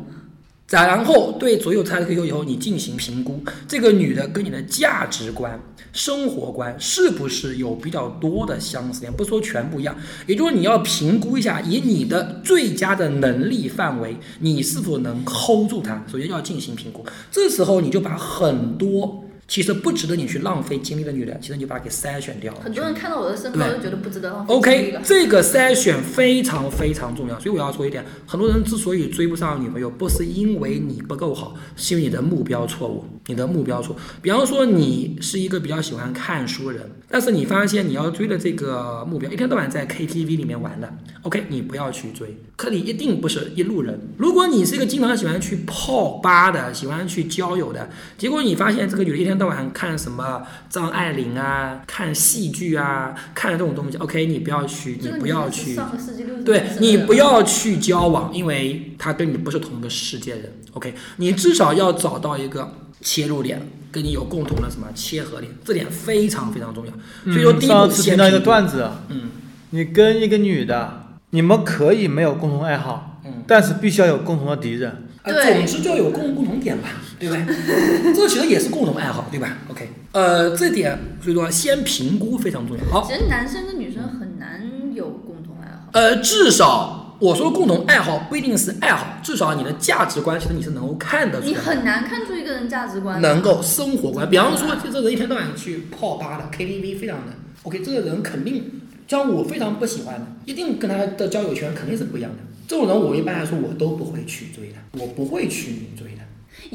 Speaker 3: 然后对所有她的 QQ 以后，你进行评估，这个女的跟你的价值观、生活观是不是有比较多的相似点？不说全不一样，也就是你要评估一下，以你的最佳的能力范围，你是否能 hold 住她。首先要进行评估，这时候你就把很多其实不值得你去浪费精力的女人，其实你就把它给筛选掉了。
Speaker 1: 很多人看到我的身高
Speaker 3: 对
Speaker 1: 就觉得不值得浪费精力
Speaker 3: OK，
Speaker 1: 了。
Speaker 3: 这个筛选非常非常重要，所以我要说一点，很多人之所以追不上女朋友，不是因为你不够好，是因为你的目标错误，你的目标错误。比方说，你是一个比较喜欢看书的人，但是你发现你要追的这个目标，一天到晚在 KTV 里面玩的，OK，你不要去追，可你一定不是一路人。如果你是一个经常喜欢去泡吧的，喜欢去交友的，结果你发现这个女的一天到晚看什么张爱玲啊，看戏剧啊，看这种东西，OK，你不要去，你
Speaker 1: 这个
Speaker 3: 不
Speaker 1: 女
Speaker 3: 要
Speaker 1: 的是
Speaker 3: 去。
Speaker 1: 上个世纪六十
Speaker 3: 对
Speaker 1: 年代
Speaker 3: 你
Speaker 1: 的
Speaker 3: 不要去交往，因为他跟你不是同一个世界人。OK，你至少要找到一个切入点，跟你有共同的什么切合点，这点非常非常重要。所以说
Speaker 2: 嗯
Speaker 3: 第一
Speaker 2: 上
Speaker 3: 步
Speaker 2: 次
Speaker 3: 先
Speaker 2: 听到一个
Speaker 3: 评估
Speaker 2: 段子，
Speaker 3: 嗯
Speaker 2: 你跟一个女的，你们可以没有共同爱好，
Speaker 3: 嗯，
Speaker 2: 但是必须要有共同的敌人。
Speaker 3: 呃
Speaker 1: 对
Speaker 3: 总之就要有共共同点吧，对不 对？这其实也是共同爱好，对吧？OK，呃，这点所以说先评估非常重要。好，
Speaker 1: 其实男生跟女生很难有共同爱好。
Speaker 3: 呃，至少我说共同爱好不一定是爱好，至少你的价值观其实你是能够看得出
Speaker 1: 你
Speaker 3: 来的，
Speaker 1: 很难看出一个人价值观的，
Speaker 3: 能够生活观。比方说，这个人一天到晚去泡吧的 KTV 非常的 OK，这个人肯定像我非常不喜欢的，一定跟他的交友圈肯定是不一样的。这种人我一般来说我都不会去追的，我不会去追的。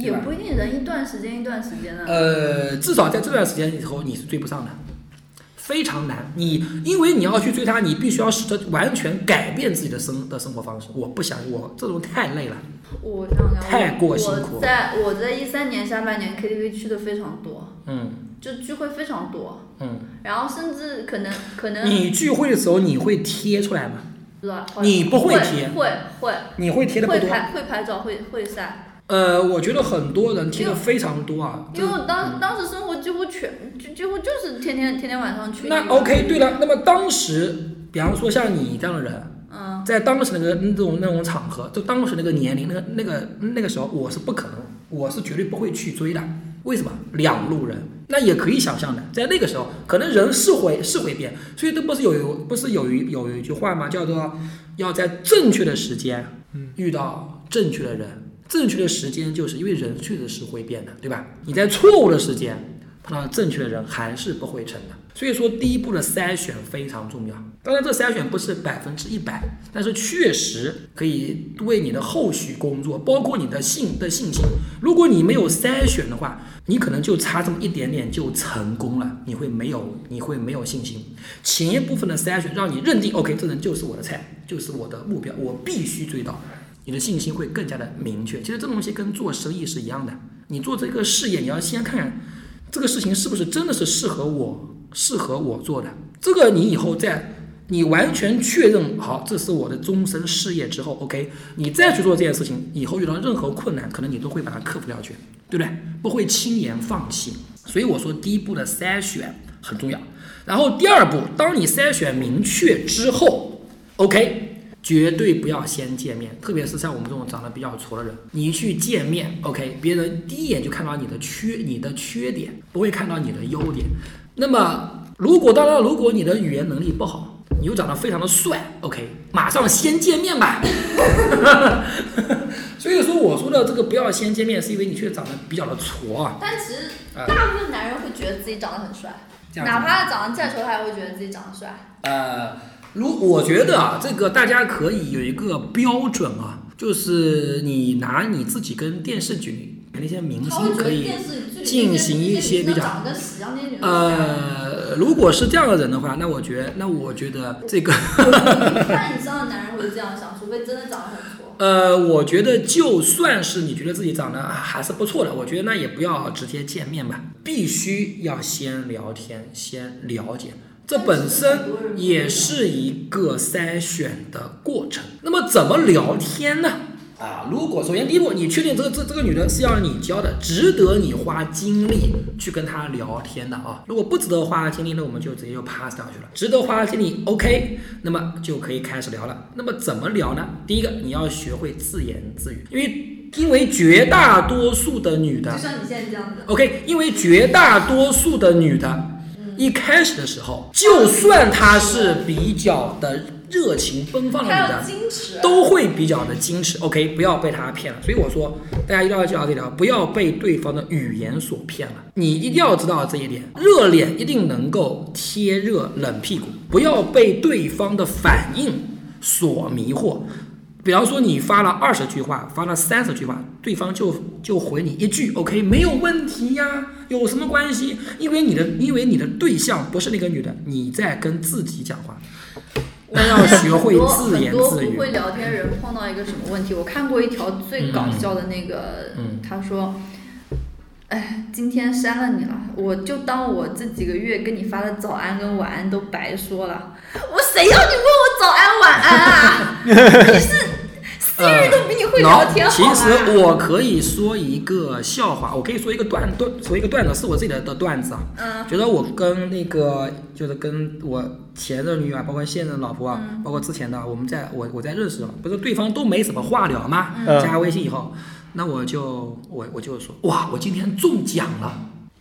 Speaker 1: 也不一定人一段时间一段时间的。
Speaker 3: 呃，至少在这段时间以后，你是追不上的，非常难。你因为你要去追他，你必须要使得完全改变自己的生的生活方式。我不想，我这种太累了。
Speaker 1: 我想想，
Speaker 3: 太过辛苦
Speaker 1: 我在我在一三年下半年 KTV 去的非常多，
Speaker 3: 嗯
Speaker 1: 就聚会非常多，
Speaker 3: 嗯，
Speaker 1: 然后甚至可能可能
Speaker 3: 你聚会的时候你会贴出来吗？
Speaker 1: 是吧？好像
Speaker 3: 你不会
Speaker 1: 会
Speaker 3: 贴
Speaker 1: 会会
Speaker 3: 你会贴的不
Speaker 1: 会
Speaker 3: 多。
Speaker 1: 拍会拍照会会晒，
Speaker 3: 呃，我觉得很多人贴的非常多啊。
Speaker 1: 因为我当当时生活几乎全就几乎就是天天天天晚上去。
Speaker 3: 那 OK，对了，那么当时，比方说像你这样的人，
Speaker 1: 嗯，
Speaker 3: 在当时那个那种那种场合，就当时那个年龄，那个那个那个时候，我是不可能，我是绝对不会去追的。为什么？两路人，那也可以想象的，在那个时候，可能人是会是会变，所以这不是有有不是有一有一句话吗？叫做要在正确的时间遇到正确的人。正确的时间就是因为人确实是会变的，对吧？你在错误的时间碰到正确的人还是不会成的。所以说，第一步的筛选非常重要。当然，这筛选不是百分之一百，但是确实可以为你的后续工作，包括你的信的信心。如果你没有筛选的话，你可能就差这么一点点就成功了，你会没有，你会没有信心。前一部分的筛选让你认定，OK，这人就是我的菜，就是我的目标，我必须追到。你的信心会更加的明确。其实这东西跟做生意是一样的，你做这个事业，你要先看这个事情是不是真的是适合我，适合我做的。这个你以后在你完全确认好这是我的终身事业之后，OK，你再去做这件事情，以后遇到任何困难，可能你都会把它克服掉去，对不对？不会轻言放弃。所以我说，第一步的筛选很重要。然后第二步，当你筛选明确之后，OK，绝对不要先见面，特别是像我们这种长得比较矬的人，你一去见面，OK，别人第一眼就看到你的缺、你的缺点，不会看到你的优点。那么，如果当然，如果你的语言能力不好，你又长得非常的帅，OK，马上先见面吧。 所以说，我说的这个不要先见面，是因为你确实长得比较的矬啊，
Speaker 1: 但其实
Speaker 3: 啊
Speaker 1: 大部分男人会觉得自己长得很帅，
Speaker 3: 这样子
Speaker 1: 哪怕长得再丑，他也会觉得自己长得帅。
Speaker 3: 呃，如我觉得啊，这个大家可以有一个标准啊，就是你拿你自己跟电视剧里那些明
Speaker 1: 他会
Speaker 3: 星
Speaker 1: 觉得
Speaker 3: 可以
Speaker 1: 电。视剧里
Speaker 3: 进行一些
Speaker 1: 那女生
Speaker 3: 比较
Speaker 1: 长得跟屎一样那些女生
Speaker 3: 呃，如果是这样的人的话，那我觉那我觉得这个
Speaker 1: 一半以上的男人会这样想，除非真的长得很丑。
Speaker 3: 呃，我觉得就算是你觉得自己长得啊还是不错的，我觉得那也不要直接见面吧，必须要先聊天，先了解。这本身也是一个筛选的过程。那么怎么聊天呢？啊，如果首先第一步，你确定这个这这个女人是要你教的，值得你花精力去跟她聊天的啊。如果不值得花精力，那我们就直接就 pass 掉去了。值得花精力，OK，那么就可以开始聊了。那么怎么聊呢？第一个，你要学会自言自语，因为因为绝大多数的女的
Speaker 1: 就像你现在这样子，
Speaker 3: ，OK，因为绝大多数的女的一开始的时候，就算她是比较的热情奔放的
Speaker 1: 他
Speaker 3: 女
Speaker 1: 要
Speaker 3: 的，
Speaker 1: 矜持，
Speaker 3: 都会比较的矜持。OK，不要被他骗了。所以我说，大家一定要记牢这一条，不要被对方的语言所骗了。你一定要知道这一点，热脸一定能够贴热冷屁股，不要被对方的反应所迷惑。比方说你发了二十句话，发了三十句话，对方就就回你一句 “OK”，没有问题呀，有什么关系？因为你的因为你的对象不是那个女的，你在跟自己讲话，那要学会自言自
Speaker 1: 很多
Speaker 3: 语
Speaker 1: 不。会聊天人碰到一个什么问题？我看过一条最搞笑的那个，
Speaker 3: 嗯
Speaker 1: 他说：“哎，今天删了你了，我就当我这几个月跟你发的早安跟晚安都白说了。我谁要你问我早安晚安 啊？你是 Siri 都比你会聊天好
Speaker 3: 其
Speaker 1: 吗？”
Speaker 3: 实我可以说一个笑话，我可以说一个段段，说一个段子，是我自己的的段子啊。
Speaker 1: 嗯，
Speaker 3: 觉得我跟那个就是跟我前任女友啊，包括现任老婆啊，
Speaker 1: 嗯
Speaker 3: 包括之前的啊，我们在我我在认识的嘛，不是对方都没什么话聊吗？
Speaker 2: 嗯
Speaker 3: 加微信以后，那我就我我就说哇，我今天中奖了。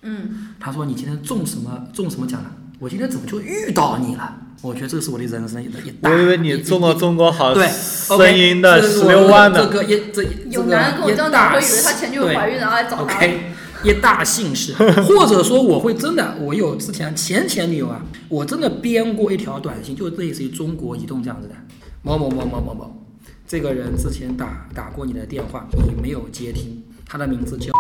Speaker 1: 嗯，
Speaker 3: 他说你今天中什么中什么奖了？我今天怎么就遇到你了？我觉得这是我的人生的一大。
Speaker 2: 我以为
Speaker 3: 一
Speaker 2: 你
Speaker 3: 一
Speaker 2: 中过中国好
Speaker 3: 啊对
Speaker 2: 声音的十六万
Speaker 3: 这
Speaker 2: 的，
Speaker 3: 个也这
Speaker 1: 有男人跟我交往，我以为他前女友怀孕了，然后哎来找他。
Speaker 3: OK，一大幸 事，或者说我会真的，我有之前前前女友啊，我真的编过一条短信，就类似于中国移动这样子的，某某某某某某，这个人之前打打过你的电话，你没有接听，他的名字叫。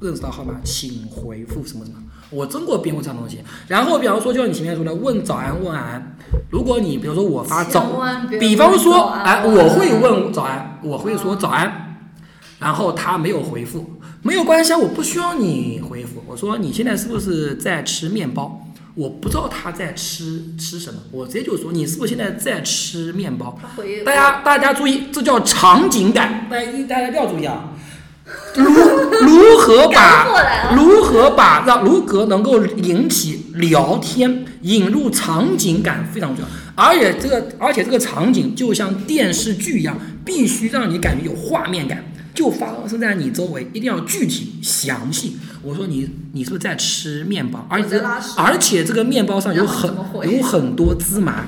Speaker 3: 认识到号码，请回复什么什么。我真过编过这样东西。然后，比方说，就像你前面说的，问早安，问晚安。如果你比如说我发早
Speaker 1: 千万别问
Speaker 3: 比方
Speaker 1: 早
Speaker 3: 说，
Speaker 1: 安
Speaker 3: 哎，
Speaker 1: 晚
Speaker 3: 我
Speaker 1: 安
Speaker 3: 嗯会问早安，我会说早安，然后他没有回复，没有关系啊，我不需要你回复。我说你现在是不是在吃面包？我不知道他在吃吃什么，我直接就说你是不是现在在吃面包？
Speaker 1: 他回
Speaker 3: 大家大家注意，这叫场景感，大家一大家一定要注意啊。如如何把
Speaker 1: 赶过来啊了
Speaker 3: 如何把让如何能够引起聊天，引入场景感非常重要。而且这个而且这个场景就像电视剧一样，必须让你感觉有画面感，就发生在你周围，一定要具体详细。我说你你是不是在吃面包？而且这
Speaker 1: 我在拉屎
Speaker 3: 而且这个面包上有
Speaker 1: 然后你
Speaker 3: 很
Speaker 1: 怎么回
Speaker 3: 有很多芝麻，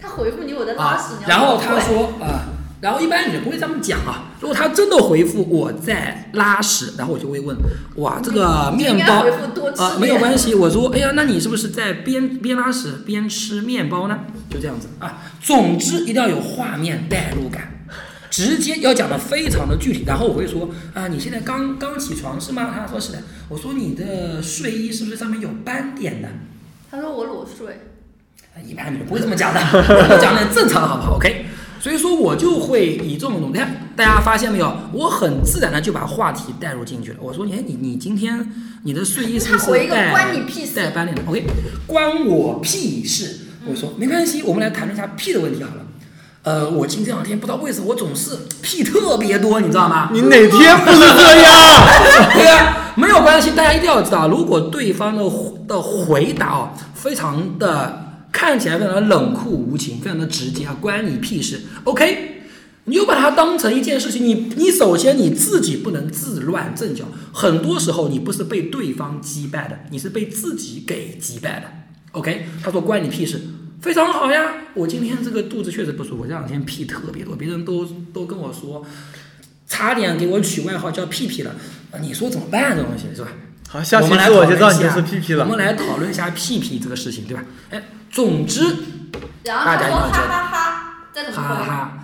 Speaker 1: 他回复你我在拉
Speaker 3: 啊
Speaker 1: 屎，你，要
Speaker 3: 然后
Speaker 1: 怎么
Speaker 3: 他
Speaker 1: 回
Speaker 3: 说啊、然后一般你不会这么讲啊。如果他真的回复我在拉屎，然后我就会问，哇，这个面
Speaker 1: 应该
Speaker 3: 包
Speaker 1: 回复多吃
Speaker 3: 啊、
Speaker 1: 点
Speaker 3: 没有关系。我说，哎呀，那你是不是在边边拉屎边吃面包呢？就这样子啊。总之一定要有画面代入感。直接要讲的非常的具体，然后我会说啊，你现在刚刚起床是吗？他说是的。我说你的睡衣是不是上面有斑点的？
Speaker 1: 他说我裸睡，
Speaker 3: 一般你不会这么讲的，我们讲的正常好不好？OK，所以说我就会以这种东西，大家发现没有？我很自然的就把话题带入进去了。我说，哎，你你今天你的睡衣是不
Speaker 1: 他回
Speaker 3: 是
Speaker 1: 一个
Speaker 3: 带
Speaker 1: 关你屁事
Speaker 3: 带斑点的？OK，关我屁事！我说没关系，我们来谈论一下屁的问题好了。呃，我近这两天不知道为什么我总是屁特别多，你知道吗？
Speaker 2: 你哪天不是 这样？
Speaker 3: 对啊，没有关系，大家一定要知道，如果对方的的回答哦，非常的看起来非常的冷酷无情，非常的直接，啊，关你屁事，OK？你就把它当成一件事情，你你首先你自己不能自乱阵脚，很多时候你不是被对方击败的，你是被自己给击败的，OK？他说关你屁事。非常好呀！我今天这个肚子确实不舒服，这两天屁特别多，别人都都跟我说，差点给我取外号叫屁屁了。啊你说怎么办、这东西是吧？
Speaker 2: 好，下期
Speaker 3: 们来
Speaker 2: 次我就
Speaker 3: 讨论
Speaker 2: 知道
Speaker 3: 一
Speaker 2: 你
Speaker 3: 下
Speaker 2: 是屁屁
Speaker 3: 我
Speaker 2: 了。
Speaker 3: 们来讨论一下屁屁这个事情，对吧？哎，总之，
Speaker 1: 然后他
Speaker 3: 大家
Speaker 1: 说
Speaker 3: 一定
Speaker 1: 哈
Speaker 3: 要知道
Speaker 1: 哈哈，再怎么
Speaker 3: 哈
Speaker 1: 回？
Speaker 3: 哈，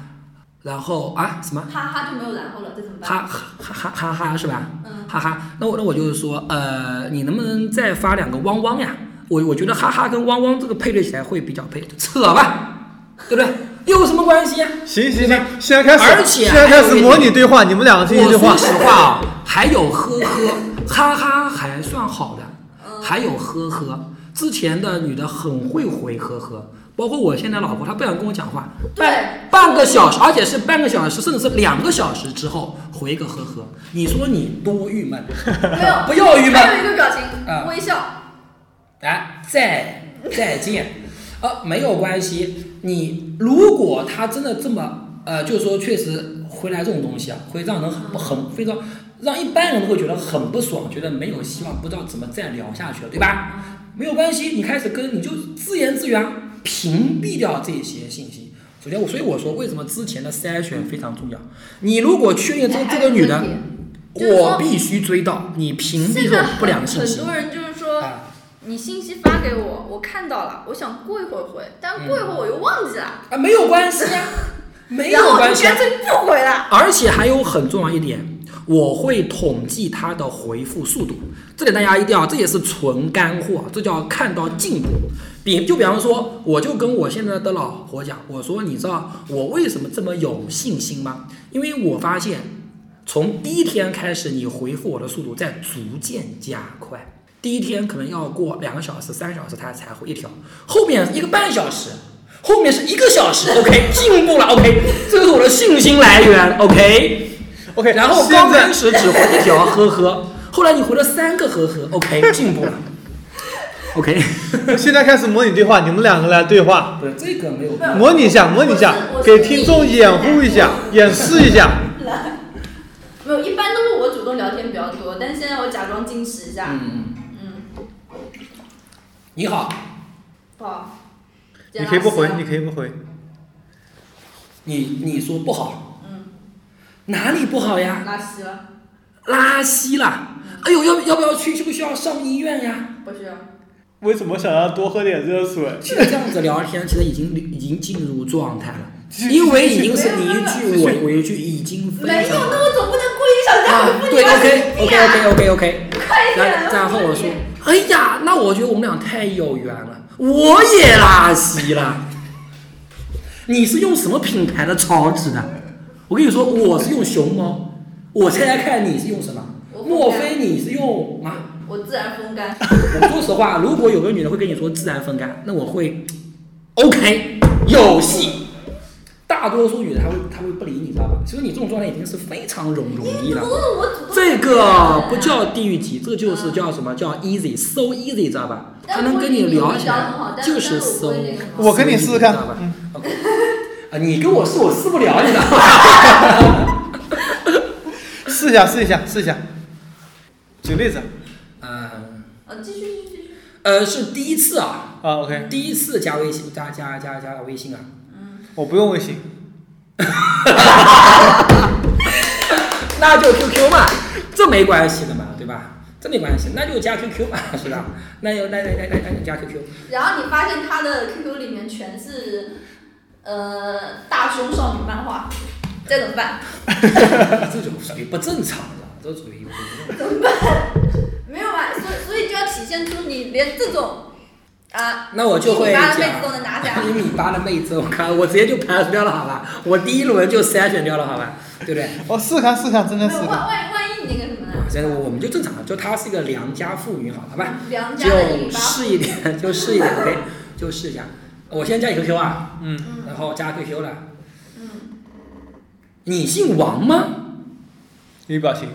Speaker 3: 然后啊什么？
Speaker 1: 哈哈就没有然后了，这怎么办？
Speaker 3: 哈哈哈哈哈是吧？
Speaker 1: 嗯，
Speaker 3: 哈哈，那我那我就是说，呃，你能不能再发两个汪汪呀？我我觉得哈哈跟汪汪这个配对起来会比较配，扯吧，对不对？又有什么关系啊？
Speaker 2: 行行
Speaker 3: 对吧
Speaker 2: 行，现在开始，
Speaker 3: 而且
Speaker 2: 现在开
Speaker 3: 还有
Speaker 2: 始
Speaker 3: 一
Speaker 2: 模
Speaker 3: 点
Speaker 2: 拟对话，你们两个进行
Speaker 3: 我
Speaker 2: 对话
Speaker 3: 说。实话 啊，还有呵呵，哈哈还算好的，还有呵呵。之前的女的很会回呵呵，包括我现在老婆，她不想跟我讲话，半半个小时，而且是半个小时，甚至是两个小时之后回一个呵呵。你说你多郁闷？
Speaker 1: 没有，
Speaker 3: 不要郁闷
Speaker 1: 还有一个表情，
Speaker 3: 啊
Speaker 1: 微笑。
Speaker 3: 哎，再再见，呃，没有关系。你如果他真的这么，呃，就是说确实回来这种东西啊，会让人很不很非常让一般人都会觉得很不爽，觉得没有希望，不知道怎么再聊下去了，对吧？没有关系，你开始跟你就自言自语啊，屏蔽掉这些信息。首先我，所以我说为什么之前的筛选非常重要。你如果确认这这个女的
Speaker 1: 哎还有一，个问题就是说
Speaker 3: 我必须追到，你屏蔽
Speaker 1: 现
Speaker 3: 这种
Speaker 1: 在
Speaker 3: 不良
Speaker 1: 很
Speaker 3: 信
Speaker 1: 很
Speaker 3: 息。
Speaker 1: 多人就是说，
Speaker 3: 啊
Speaker 1: 你信息发给我，我看到了，我想过一会儿回，但过一会儿我又忘记了，
Speaker 3: 啊，没有关系 呀、没
Speaker 1: 然
Speaker 3: 有
Speaker 1: 后我
Speaker 3: 关
Speaker 1: 就
Speaker 3: 系、
Speaker 1: 干
Speaker 3: 啊。
Speaker 1: 脆不回了。
Speaker 3: 而且还有很重要一点，我会统计他的回复速度。这点大家一定要，这也是纯干货，这叫看到进步。比就比方说，我就跟我现在的老婆讲，我说你知道我为什么这么有信心吗？因为我发现从第一天开始，你回复我的速度在逐渐加快。第一天可能要过两个小时、三小时，他才回一条，后面一个半小时，后面是一个小时。OK，进 步了。OK，这是我的信心来源。OK，
Speaker 2: OK，
Speaker 3: 然后
Speaker 2: 现
Speaker 3: 刚
Speaker 2: 在
Speaker 3: 开始只回一条呵呵，后来你回了三个呵呵。OK，进 步了。OK，
Speaker 2: 现在开始模拟对话，你们两个来对话，
Speaker 3: 不是这个没有。
Speaker 2: 模拟一下，模拟一下
Speaker 1: 我，是
Speaker 2: 给听众掩护一下，演示一 下。
Speaker 1: 没有，一般都是我主动聊天比较多，但现在我假装矜持一下。
Speaker 3: 嗯，
Speaker 1: 嗯，
Speaker 3: 你好，
Speaker 1: 不好。
Speaker 2: 你可以不回
Speaker 1: 捡垃圾，了
Speaker 2: 你可以不回。
Speaker 3: 你你说不好，
Speaker 1: 嗯，
Speaker 3: 哪里不好呀？
Speaker 1: 拉稀了，
Speaker 3: 拉稀了。哎呦，要要不要去？需不需要上医院呀？
Speaker 1: 不需要。
Speaker 2: 为什么想要多喝点热水？
Speaker 3: 现在这样子聊天，其实已经已经进入状态了，因为已经是你一句我我一句，已经非
Speaker 1: 没有，
Speaker 3: 常
Speaker 1: 那我总不能故意想让
Speaker 3: 啊
Speaker 1: 你，不
Speaker 3: 对
Speaker 1: 你拉
Speaker 3: ，OK
Speaker 1: 屎
Speaker 3: OK
Speaker 1: 呀
Speaker 3: OK OK OK。
Speaker 1: 快一点
Speaker 3: 然
Speaker 1: 啊。
Speaker 3: 然后我说，哎呀，那我觉得我们俩太有缘了，我也拉稀了。你是用什么品牌的草纸的？我跟你说，我是用熊猫。我猜猜看，你是用什么
Speaker 1: 我？
Speaker 3: 莫非你是用啊？
Speaker 1: 我自然风 干。
Speaker 3: 我说实话，如果有个女的会跟你说自然风干，那我会 OK 有戏。大多数女的她会她会不理你，知道吧？所以你这种状态已经是非常容容易
Speaker 1: 不
Speaker 3: 了。
Speaker 1: 是我主动。
Speaker 3: 这个啊不。
Speaker 1: 啊
Speaker 3: 叫地狱级，这就是叫什么叫 easy，so easy，知道吧？她能跟你聊起来，就是 so。
Speaker 2: 我跟你试试看嗯
Speaker 3: 知道吧？OK 啊，你跟我试，我试不了你的。
Speaker 2: 试一下，试一下，试一下。举例子
Speaker 3: 嗯，
Speaker 1: 呃，继续继续继续。
Speaker 3: 呃，是第一次啊，
Speaker 2: 啊，OK，
Speaker 3: 第一次加微信，加加加加微信啊。
Speaker 2: 我不用微信，
Speaker 3: 那就 QQ 嘛，这没关系的嘛，对吧？这没关系，那就加 QQ 嘛， 是吧？那就那那那那那就加 QQ，
Speaker 1: 然后你发现他的 QQ 里面全是，呃，大胸少女漫画，这怎么办？
Speaker 3: 这种属于不正常的，这属于不正常
Speaker 1: 没有啊吧？所以所以就要体现出你连这种啊，
Speaker 3: 那我就会
Speaker 1: 一米八
Speaker 3: 讲
Speaker 1: 的妹子都能拿 下。
Speaker 3: 一米八的妹子，我靠，我直接就排除掉了，好吧？我第一轮就筛选掉了，好吧？对不对？
Speaker 2: 我哦试看试看，真
Speaker 1: 没
Speaker 2: 的
Speaker 1: 有
Speaker 2: 试
Speaker 1: 万万
Speaker 2: 看。
Speaker 1: 万一你那个什么呢？
Speaker 3: 啊现在我们就正常，就她是一个良家妇女，好好吧？
Speaker 1: 梁嗯家的一
Speaker 3: 就
Speaker 1: 米八，
Speaker 3: 试一点，就试一点，OK，就试一下。我先加你 QQ 啊，
Speaker 2: 嗯，
Speaker 1: 嗯
Speaker 3: 然后加 QQ 了。
Speaker 1: 嗯，
Speaker 3: 你姓王吗？
Speaker 2: 你表情。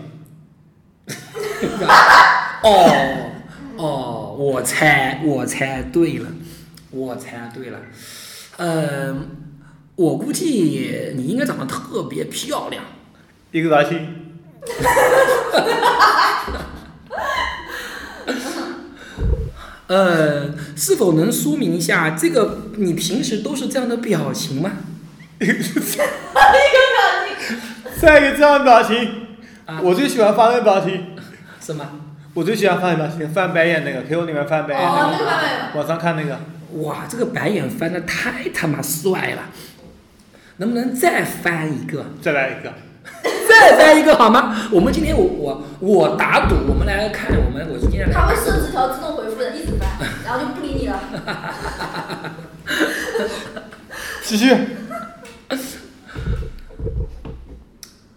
Speaker 3: 哦哦，我猜我猜对了，我猜对了。嗯，我估计你应该长得特别漂亮。
Speaker 2: 一个 表情，
Speaker 3: 呃，是否能说明一下这个你平时都是这样的表情吗？
Speaker 1: 一个表情，
Speaker 2: 再一个这样的表情
Speaker 3: 啊，
Speaker 2: 我最喜欢发那个表情，
Speaker 3: 是吗？
Speaker 2: 我最喜欢发那个表情，翻白眼那个，Q 里面翻白眼
Speaker 3: 哎
Speaker 1: 哦，
Speaker 2: 那
Speaker 1: 那个版本有
Speaker 2: 个，网上看那个，
Speaker 3: 哇，这个白眼翻的太他妈帅了，能不能再翻一个？
Speaker 2: 再来一个。
Speaker 3: 再翻一个好吗？我们今天我我我打赌，我们来看，我们我今天来
Speaker 1: 他会设置条自动回复的，一直翻，然后就不理你了。
Speaker 2: 继续，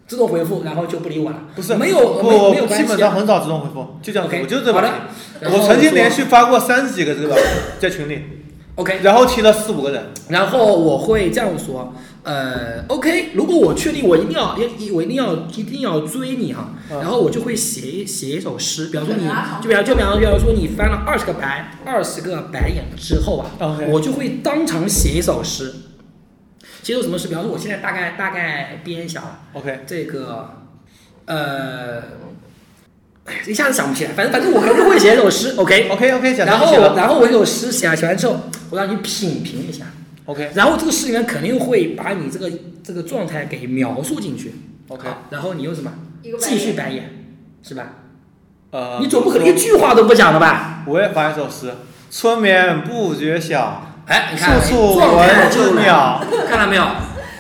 Speaker 3: 自动回复，然后就不理我了。
Speaker 2: 嗯不是
Speaker 3: 没有呃没有
Speaker 2: 我
Speaker 3: 没有关
Speaker 2: 基
Speaker 3: 系。啊
Speaker 2: 本上很少自动回复，就这样子，
Speaker 3: OK，
Speaker 2: 我就这
Speaker 3: 好
Speaker 2: 把
Speaker 3: 的
Speaker 2: 题。
Speaker 3: 然后
Speaker 2: 我曾经连
Speaker 3: 说
Speaker 2: 续发过三十几个这个老师 在群里，
Speaker 3: OK，
Speaker 2: 然后踢了四五个人。
Speaker 3: 然后我会这样说，呃，OK，如果我确定我一定要一我一定要一定要追你哈、
Speaker 2: 嗯
Speaker 3: 然后我就会写一写一首诗，比方说你
Speaker 1: 对啊
Speaker 3: 就比方就比方比方说你翻了二十个白二十个白眼之后啊
Speaker 2: 嗯 OK
Speaker 3: 我就会当场写一首诗。写首什么诗？比方说我现在大概大概编一下啊，
Speaker 2: OK，
Speaker 3: 这个呃，哎一下子想不起来，反正反正我肯定会写一首诗，OK。
Speaker 2: OK OK，讲
Speaker 3: 然
Speaker 2: 到
Speaker 3: 后
Speaker 2: 这
Speaker 3: 我
Speaker 2: 了。
Speaker 3: 然后我有诗写写完之后，我让你品评一下。
Speaker 2: OK
Speaker 3: 然后这个诗里面肯定会把你这个这个状态给描述进去。
Speaker 2: OK，
Speaker 3: 好然后你用什么
Speaker 1: 一个白
Speaker 3: 继
Speaker 1: 眼
Speaker 3: 续白眼，是吧？
Speaker 2: 呃，
Speaker 3: 你总不可能一句话都不讲了吧？
Speaker 2: 我也发一首诗：春眠不觉晓，
Speaker 3: 哎，你
Speaker 2: 处
Speaker 3: 看，
Speaker 2: 处
Speaker 3: 状态
Speaker 2: 闻
Speaker 3: 就
Speaker 2: 啼
Speaker 3: 来了，
Speaker 2: 鸟。
Speaker 3: 看到没有？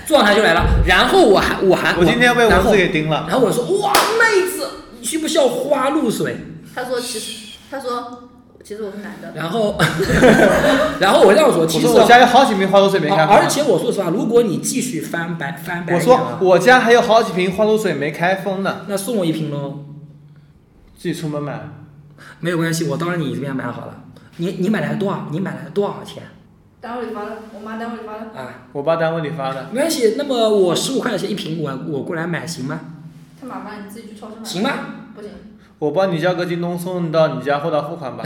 Speaker 3: 状态就来了。然后我还我还
Speaker 2: 我今天被
Speaker 3: 然
Speaker 2: 蚊
Speaker 3: 后
Speaker 2: 子给叮了。
Speaker 3: 然后我说哇，妹子，你需不需要花露水？
Speaker 1: 他说其实他说其实我是男的，
Speaker 3: 然 后然后我让我说，
Speaker 2: 我
Speaker 3: 其实
Speaker 2: 说我家有好几瓶花露水没
Speaker 3: 啊
Speaker 2: 开封，
Speaker 3: 而且我说实话，如果你继续翻白翻白
Speaker 2: 我
Speaker 3: 眼
Speaker 2: 说
Speaker 3: 啊，
Speaker 2: 我家还有好几瓶花露水没开封呢，
Speaker 3: 那送我一瓶喽。
Speaker 2: 自己出门买。
Speaker 3: 没有关系，我当然你这边买好了。你你买来多少？你买来多少钱
Speaker 1: 单位里发的，我妈单位里发的，
Speaker 3: 啊？
Speaker 2: 我爸单位里发的，
Speaker 3: 没关系，那么我十五块钱一瓶，我我过来买行吗？
Speaker 1: 他妈妈你自己去超市买，
Speaker 3: 行吗？
Speaker 1: 不行，
Speaker 2: 我帮你叫个京东送到你家货到付款吧，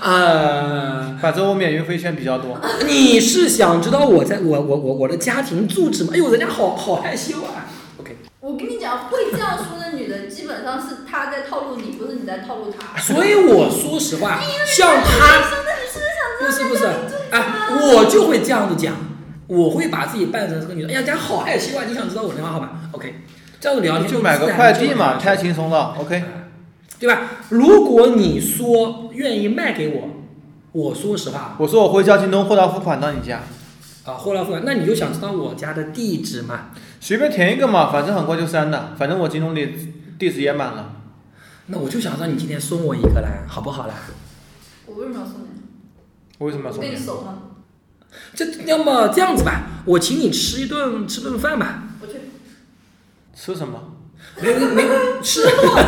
Speaker 3: 呃，
Speaker 2: 反正我免运费券比较多。
Speaker 3: 你是想知道我在我我我我的家庭住址吗？哎呦，人家好好害羞啊。OK，
Speaker 1: 我跟你讲，会这样说的女的，基本上是她在套路你，不是你在套路她。
Speaker 3: 所以我说实话，像他
Speaker 1: 真的，你是
Speaker 3: 不是
Speaker 1: 啊
Speaker 3: 不是，哎，我就会这样子讲，我会把自己扮成这个女的。哎呀，人家好害羞啊！你想知道我电话号码？OK，这样子聊天
Speaker 2: 就买个
Speaker 3: 自然
Speaker 2: 快
Speaker 3: 啊就
Speaker 2: 递
Speaker 3: 能
Speaker 2: 嘛，
Speaker 3: 聊
Speaker 2: 太轻松了。OK，
Speaker 3: 哎对吧？如果你说愿意卖给我，我说实话
Speaker 2: 我说我会叫京东货到付款到你家，
Speaker 3: 啊，货到付款，那你就想知道我家的地址嘛？
Speaker 2: 随便填一个嘛，反正很快就删的，反正我京东里地址也满了。
Speaker 3: 那我就想让你今天送我一个啦，好不好啦？
Speaker 1: 我为什么要送你？
Speaker 2: 我为什么要
Speaker 1: 我
Speaker 2: 送
Speaker 1: 跟你
Speaker 3: 啊
Speaker 2: 你？
Speaker 1: 熟吗？
Speaker 3: 这要么这样子吧，我请你吃一顿吃顿饭吧，
Speaker 1: 不去，
Speaker 2: 吃什么？
Speaker 3: 没没吃，马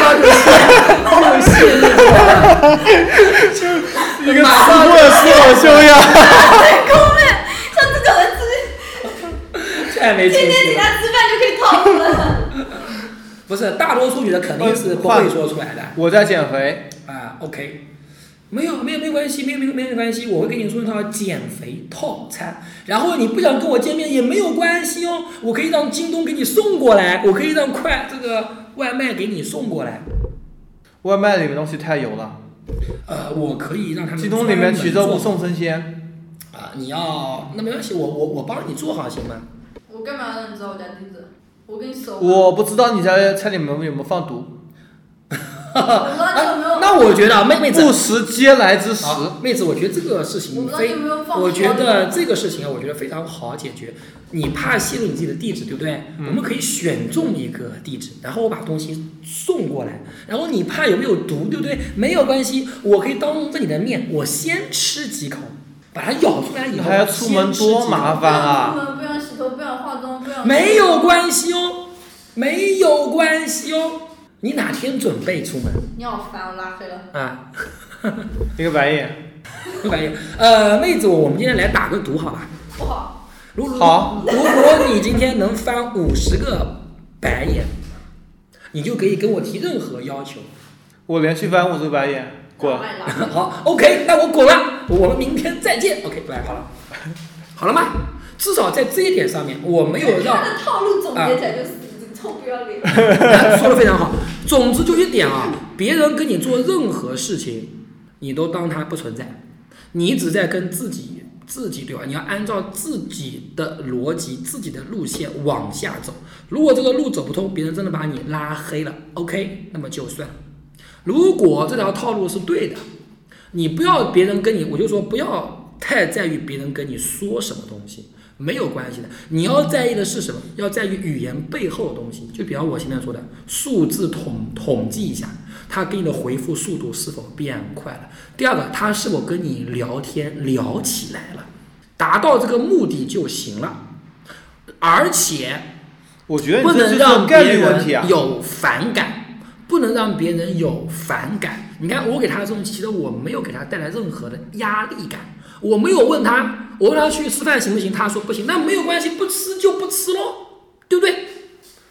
Speaker 3: 上就入戏入戏
Speaker 2: 一个吃货的是我修养。
Speaker 1: 攻略，上次讲的自己
Speaker 3: 太没
Speaker 1: 天
Speaker 3: 情
Speaker 1: 天
Speaker 3: 绪
Speaker 1: 请
Speaker 3: 了。
Speaker 1: 她吃饭就可以套路了。
Speaker 3: 不是，大多数女的肯定是不会说出来的。
Speaker 2: 我在减肥，
Speaker 3: 啊，OK，没有没有没有关系，没有没有没有关系，我会给你送一套减肥套餐。然后你不想跟我见面也没有关系哦，我可以让京东给你送过来，我可以让快这个外卖给你送过来。
Speaker 2: 外卖里面东西太油了，
Speaker 3: 呃，我可以让他们
Speaker 2: 京东里面
Speaker 3: 取
Speaker 2: 衢州不送生鲜。
Speaker 3: 啊，你要那没关系，我我我帮你做好行吗？
Speaker 1: 我干嘛要让你知道我家地址？我跟你熟吗？
Speaker 2: 我不知道你家菜里面有没有放毒，
Speaker 1: 我不知道你有没有，
Speaker 3: 那我觉得啊妹妹子
Speaker 2: 不食皆来之食。
Speaker 3: 啊，妹子，我觉得这个事
Speaker 1: 我
Speaker 3: 情
Speaker 1: 不知道你
Speaker 3: 非
Speaker 1: 有没有放错。
Speaker 3: 我觉得这个事情啊，我觉得非常好解决。你怕泄露你自己的地址，对不对？
Speaker 2: 嗯
Speaker 3: 我们可以选中一个地址，然后我把东西送过来。然后你怕有没有毒，对不对？没有关系，我可以当着你的面，我先吃几口，把它咬出来以
Speaker 2: 你
Speaker 3: 后，
Speaker 2: 还要出门多麻
Speaker 1: 不
Speaker 2: 烦啊！
Speaker 1: 想出门，不想洗头，不想化妆，不想
Speaker 3: 没有关系哦，没有关系哦。你哪天准备出门
Speaker 1: 你好烦，我拉黑了。
Speaker 3: 啊？
Speaker 2: 一个白眼，
Speaker 3: 不管用。呃，妹子，我们今天来打个赌好吧？
Speaker 1: 不好，
Speaker 3: 如如
Speaker 2: 好，
Speaker 3: 如果你今天能翻五十个白眼，你就可以跟我提任何要求。
Speaker 2: 我连续翻五十个白眼，滚！
Speaker 1: 爱拉。
Speaker 3: 好，OK，那我滚了，我们明天再见。OK，拜，好了，好了吗？至少在这一点上面，我没有让
Speaker 1: 他的套路总结起来就是你臭不要脸。
Speaker 3: 说的非常好。总之就一点啊，别人跟你做任何事情，你都当它不存在，你只在跟自己自己对话。你要按照自己的逻辑、自己的路线往下走。如果这个路走不通，别人真的把你拉黑了，OK，那么就算了。如果这条套路是对的，你不要别人跟你，我就说不要太在意别人跟你说什么东西，没有关系的。你要在意的是什么？要在意语言背后的东西。就比方我前面说的，数字统统计一下，他给你的回复速度是否变快了？第二个，他是否跟你聊天聊起来了？达到这个目的就行了，而且
Speaker 2: 我觉得
Speaker 3: 不
Speaker 2: 你这
Speaker 3: 能
Speaker 2: 就是
Speaker 3: 让别
Speaker 2: 概率问题啊
Speaker 3: 人。有反感，不能让别人有反感。你看我给他的东西，其实我没有给他带来任何的压力感，我没有问他，我问他去吃饭行不行，他说不行，那没有关系，不吃就不吃喽，对不对？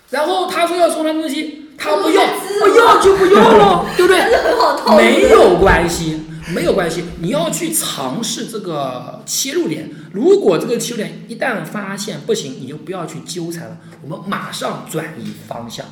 Speaker 3: 然后他说要送他东西，他不要，哦不要就不要喽，对不对？
Speaker 1: 真的很好套路。
Speaker 3: 没有关系，没有关系，你要去尝试这个切入点。如果这个切入点一旦发现不行，你就不要去纠缠了，我们马上转移方向。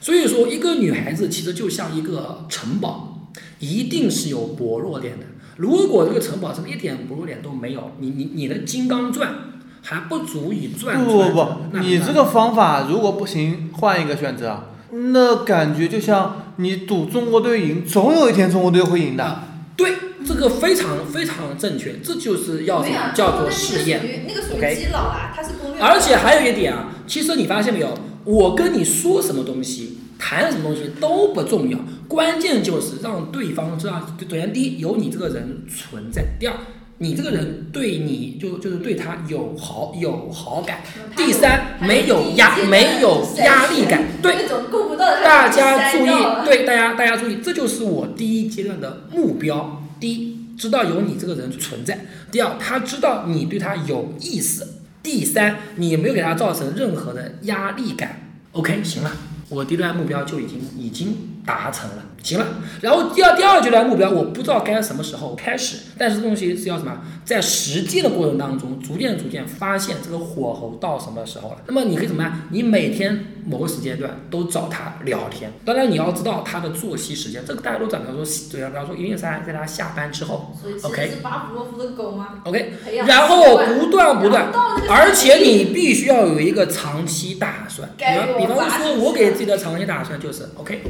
Speaker 3: 所以说，一个女孩子其实就像一个城堡，一定是有薄弱点的。如果这个城堡上面一点薄弱点都没有，你你你的金刚钻还不足以转
Speaker 2: 不
Speaker 3: 穿。
Speaker 2: 不不
Speaker 3: 那，
Speaker 2: 你
Speaker 3: 那
Speaker 2: 这个方法如果不行，换一个选择，啊那感觉就像你赌中国队赢，总有一天中国队会赢的。
Speaker 3: 对这个非常非常正确，这就是要什
Speaker 1: 对啊
Speaker 3: 么叫做试验。
Speaker 1: 那个属于那个
Speaker 3: OK
Speaker 1: 属于基佬啦，他是攻略。
Speaker 3: 而且还有一点啊，其实你发现没有，我跟你说什么东西，谈什么东西都不重要，关键就是让对方知道，首先第一，有你这个人存在；第二，你这个人对你就就是对他有好有好感；第三，没有压没有压力感。对，
Speaker 1: 那种够不到的
Speaker 3: 大家注意
Speaker 1: 删掉了，
Speaker 3: 对大家大家注意，这就是我第一阶段的目标。第一，知道有你这个人存在；第二，他知道你对他有意思；第三，你没有给他造成任何的压力感。OK，行了，我第一阶段目标就已经已经达成了，行了。然后第二第二阶段目标，我不知道该什么时候开始，但是这东西是要什么，在实践的过程当中，逐渐逐渐发现这个火候到什么时候了。那么你可以怎么样？你每天某个时间段都找他聊天，当然你要知道他的作息时间，这个大家都讲，比方说，对啊，比方说一定是在在他下班之后
Speaker 1: 所以其实
Speaker 3: OK
Speaker 1: 是巴甫洛夫的狗吗？
Speaker 3: ，OK，
Speaker 1: 培养
Speaker 3: 然
Speaker 1: 习
Speaker 3: 后
Speaker 1: 惯
Speaker 3: 不断不断
Speaker 1: 哎然后到那个
Speaker 3: 而且
Speaker 1: 时机
Speaker 3: 你必须要有一个长期打算。比
Speaker 1: 该
Speaker 3: 方比
Speaker 1: 有
Speaker 3: 方
Speaker 1: 发
Speaker 3: 说，
Speaker 1: 生
Speaker 3: 我给自己的长期打算就是，OK，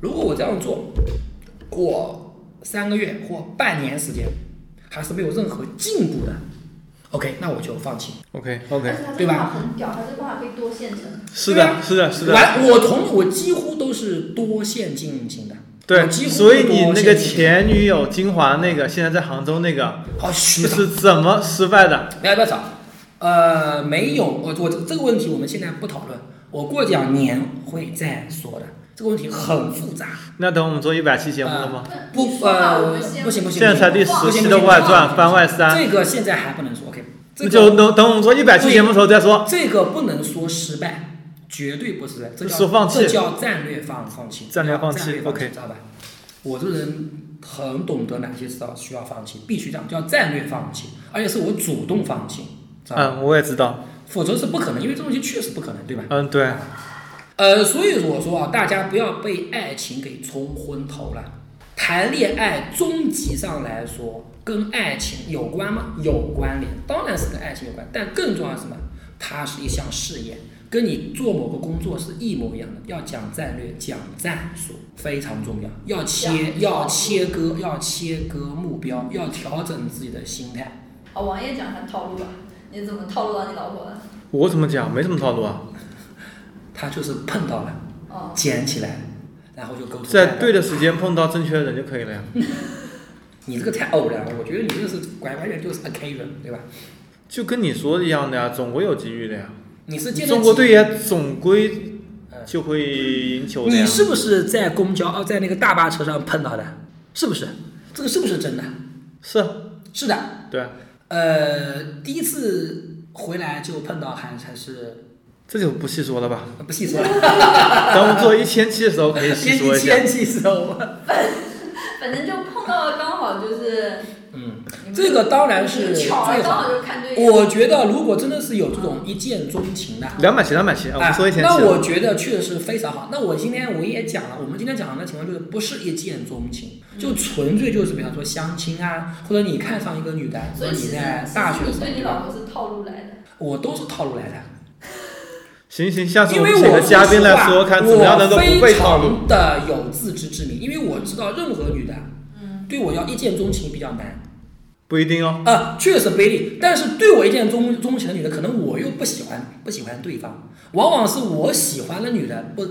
Speaker 3: 如果我这样做，过三个月或半年时间还是没有任何进步的，OK，那我就放弃。
Speaker 2: OK
Speaker 1: 而
Speaker 2: OK，
Speaker 1: 且他这
Speaker 3: 对
Speaker 1: 个
Speaker 3: 吧
Speaker 1: 方法很屌，他这个方法可以多线程。
Speaker 2: 是
Speaker 3: 对
Speaker 2: 的，
Speaker 3: 啊
Speaker 2: 是的，是的，
Speaker 3: 完，我同我几乎都是多线进行的。我
Speaker 2: 对，
Speaker 3: 几乎
Speaker 2: 所以
Speaker 3: 都多
Speaker 2: 你那
Speaker 3: 线
Speaker 2: 个
Speaker 3: 进行
Speaker 2: 前女友金华那个，现在在杭州那个，
Speaker 3: 好虚
Speaker 2: 你
Speaker 3: 的。
Speaker 2: 是怎么失败的？
Speaker 3: 不要不要吵，呃，没有，我我这个问题我们现在不讨论，我过两年会再说的。这个问题很复杂，
Speaker 2: 那等我们做一百期节目了吗？
Speaker 3: 不
Speaker 1: 你说吧我
Speaker 3: 呃
Speaker 1: 们先
Speaker 3: 不行不行，
Speaker 2: 现在才第
Speaker 3: 不
Speaker 2: 十
Speaker 3: 行
Speaker 2: 期
Speaker 3: 不
Speaker 2: 的
Speaker 3: 行
Speaker 2: 外传番外三，
Speaker 3: 这个现在还不能说，OK，这
Speaker 2: 那
Speaker 3: 个
Speaker 2: 就等等我们做一百期节目的时候再说。
Speaker 3: 这个不能说失败，绝对不失败，这叫
Speaker 2: 说放弃
Speaker 3: 这叫战略放放弃，
Speaker 2: 战略放弃
Speaker 3: 弃战略放
Speaker 2: OK
Speaker 3: 知道吧？我这个人很懂得哪些是要需要放弃，必须这样，叫战略放弃，而且是我主动放弃，知道吧？
Speaker 2: 嗯，我也知道。
Speaker 3: 否则是不可能，因为这东西确实不可能，对吧？
Speaker 2: 嗯，对，
Speaker 3: 呃，所以我说啊，大家不要被爱情给冲昏头了。谈恋爱终极上来说，跟爱情有关吗？有关联，当然是跟爱情有关。但更重要的是什么？它是一项事业，跟你做某个工作是一模一样的。要讲战略，讲战术，非常重要。要切，要切割，要切割目标，要调整自己的心态。
Speaker 1: 好，哦王爷讲他套路吧，你怎么套路到你老婆的？
Speaker 2: 我怎么讲？没什么套路啊，
Speaker 3: 他就是碰到了，
Speaker 1: 哦，
Speaker 3: 捡起来，然后就沟通。
Speaker 2: 在对的时间碰到正确的人就可以了呀。
Speaker 3: 你这个太偶然了，我觉得你这个是拐完全就是 occasion，对吧？
Speaker 2: 就跟你说的一样的呀，总归有机遇的呀。
Speaker 3: 你是见到
Speaker 2: 中国
Speaker 3: 几
Speaker 2: 队，也总归
Speaker 3: 嗯
Speaker 2: 就会赢球的呀
Speaker 3: 你。是不是在公交哦，在那个大巴车上碰到的？是不是？这个是不是真的？
Speaker 2: 是，啊
Speaker 3: 是的。
Speaker 2: 对，啊
Speaker 3: 呃，第一次回来就碰到还还是呃
Speaker 2: 这就不细说了吧。
Speaker 3: 不细说 了，
Speaker 2: 等我们做一千期的时候可以细
Speaker 3: 先
Speaker 2: 说
Speaker 3: 去
Speaker 2: 一下。
Speaker 3: 先去说。
Speaker 1: 反正就碰到了，刚好就是
Speaker 3: 嗯，
Speaker 1: 你们
Speaker 3: 这个当然是最
Speaker 1: 巧啊了，刚
Speaker 3: 好
Speaker 1: 好。就看对眼。
Speaker 3: 我觉得如果真的是有这种一见钟情的，
Speaker 2: 两百期，两百期，啊我
Speaker 3: 哎
Speaker 2: 们说一千期。
Speaker 3: 那我觉得确实是非常好。那我今天我也讲了，我们今天讲的情况就是不是一见钟情，
Speaker 1: 嗯
Speaker 3: 就纯粹就是比方说相亲啊，或者你看上一个女的，或
Speaker 1: 所
Speaker 3: 者
Speaker 1: 以
Speaker 3: 你
Speaker 1: 其实
Speaker 3: 在大学的
Speaker 1: 其实你
Speaker 3: 时候，
Speaker 1: 对你
Speaker 3: 对
Speaker 1: 老
Speaker 3: 吧？
Speaker 1: 婆是套路来的。
Speaker 3: 我都是套路来的。
Speaker 2: 行行，下次
Speaker 3: 因
Speaker 2: 我
Speaker 3: 为
Speaker 2: 们
Speaker 3: 我
Speaker 2: 请个嘉宾来
Speaker 3: 说
Speaker 2: 说，
Speaker 3: 实话
Speaker 2: 看怎么样能够不
Speaker 3: 我
Speaker 2: 被
Speaker 3: 非
Speaker 2: 套路。
Speaker 3: 常的有自知之明，因为我知道任何女的
Speaker 1: 嗯，
Speaker 3: 对我要一见钟情比较难。
Speaker 2: 不一定哦，
Speaker 3: 啊，确实卑劣，但是对我一见钟钟情的女的，可能我又不喜欢，不喜欢对方，往往是我喜欢的女的不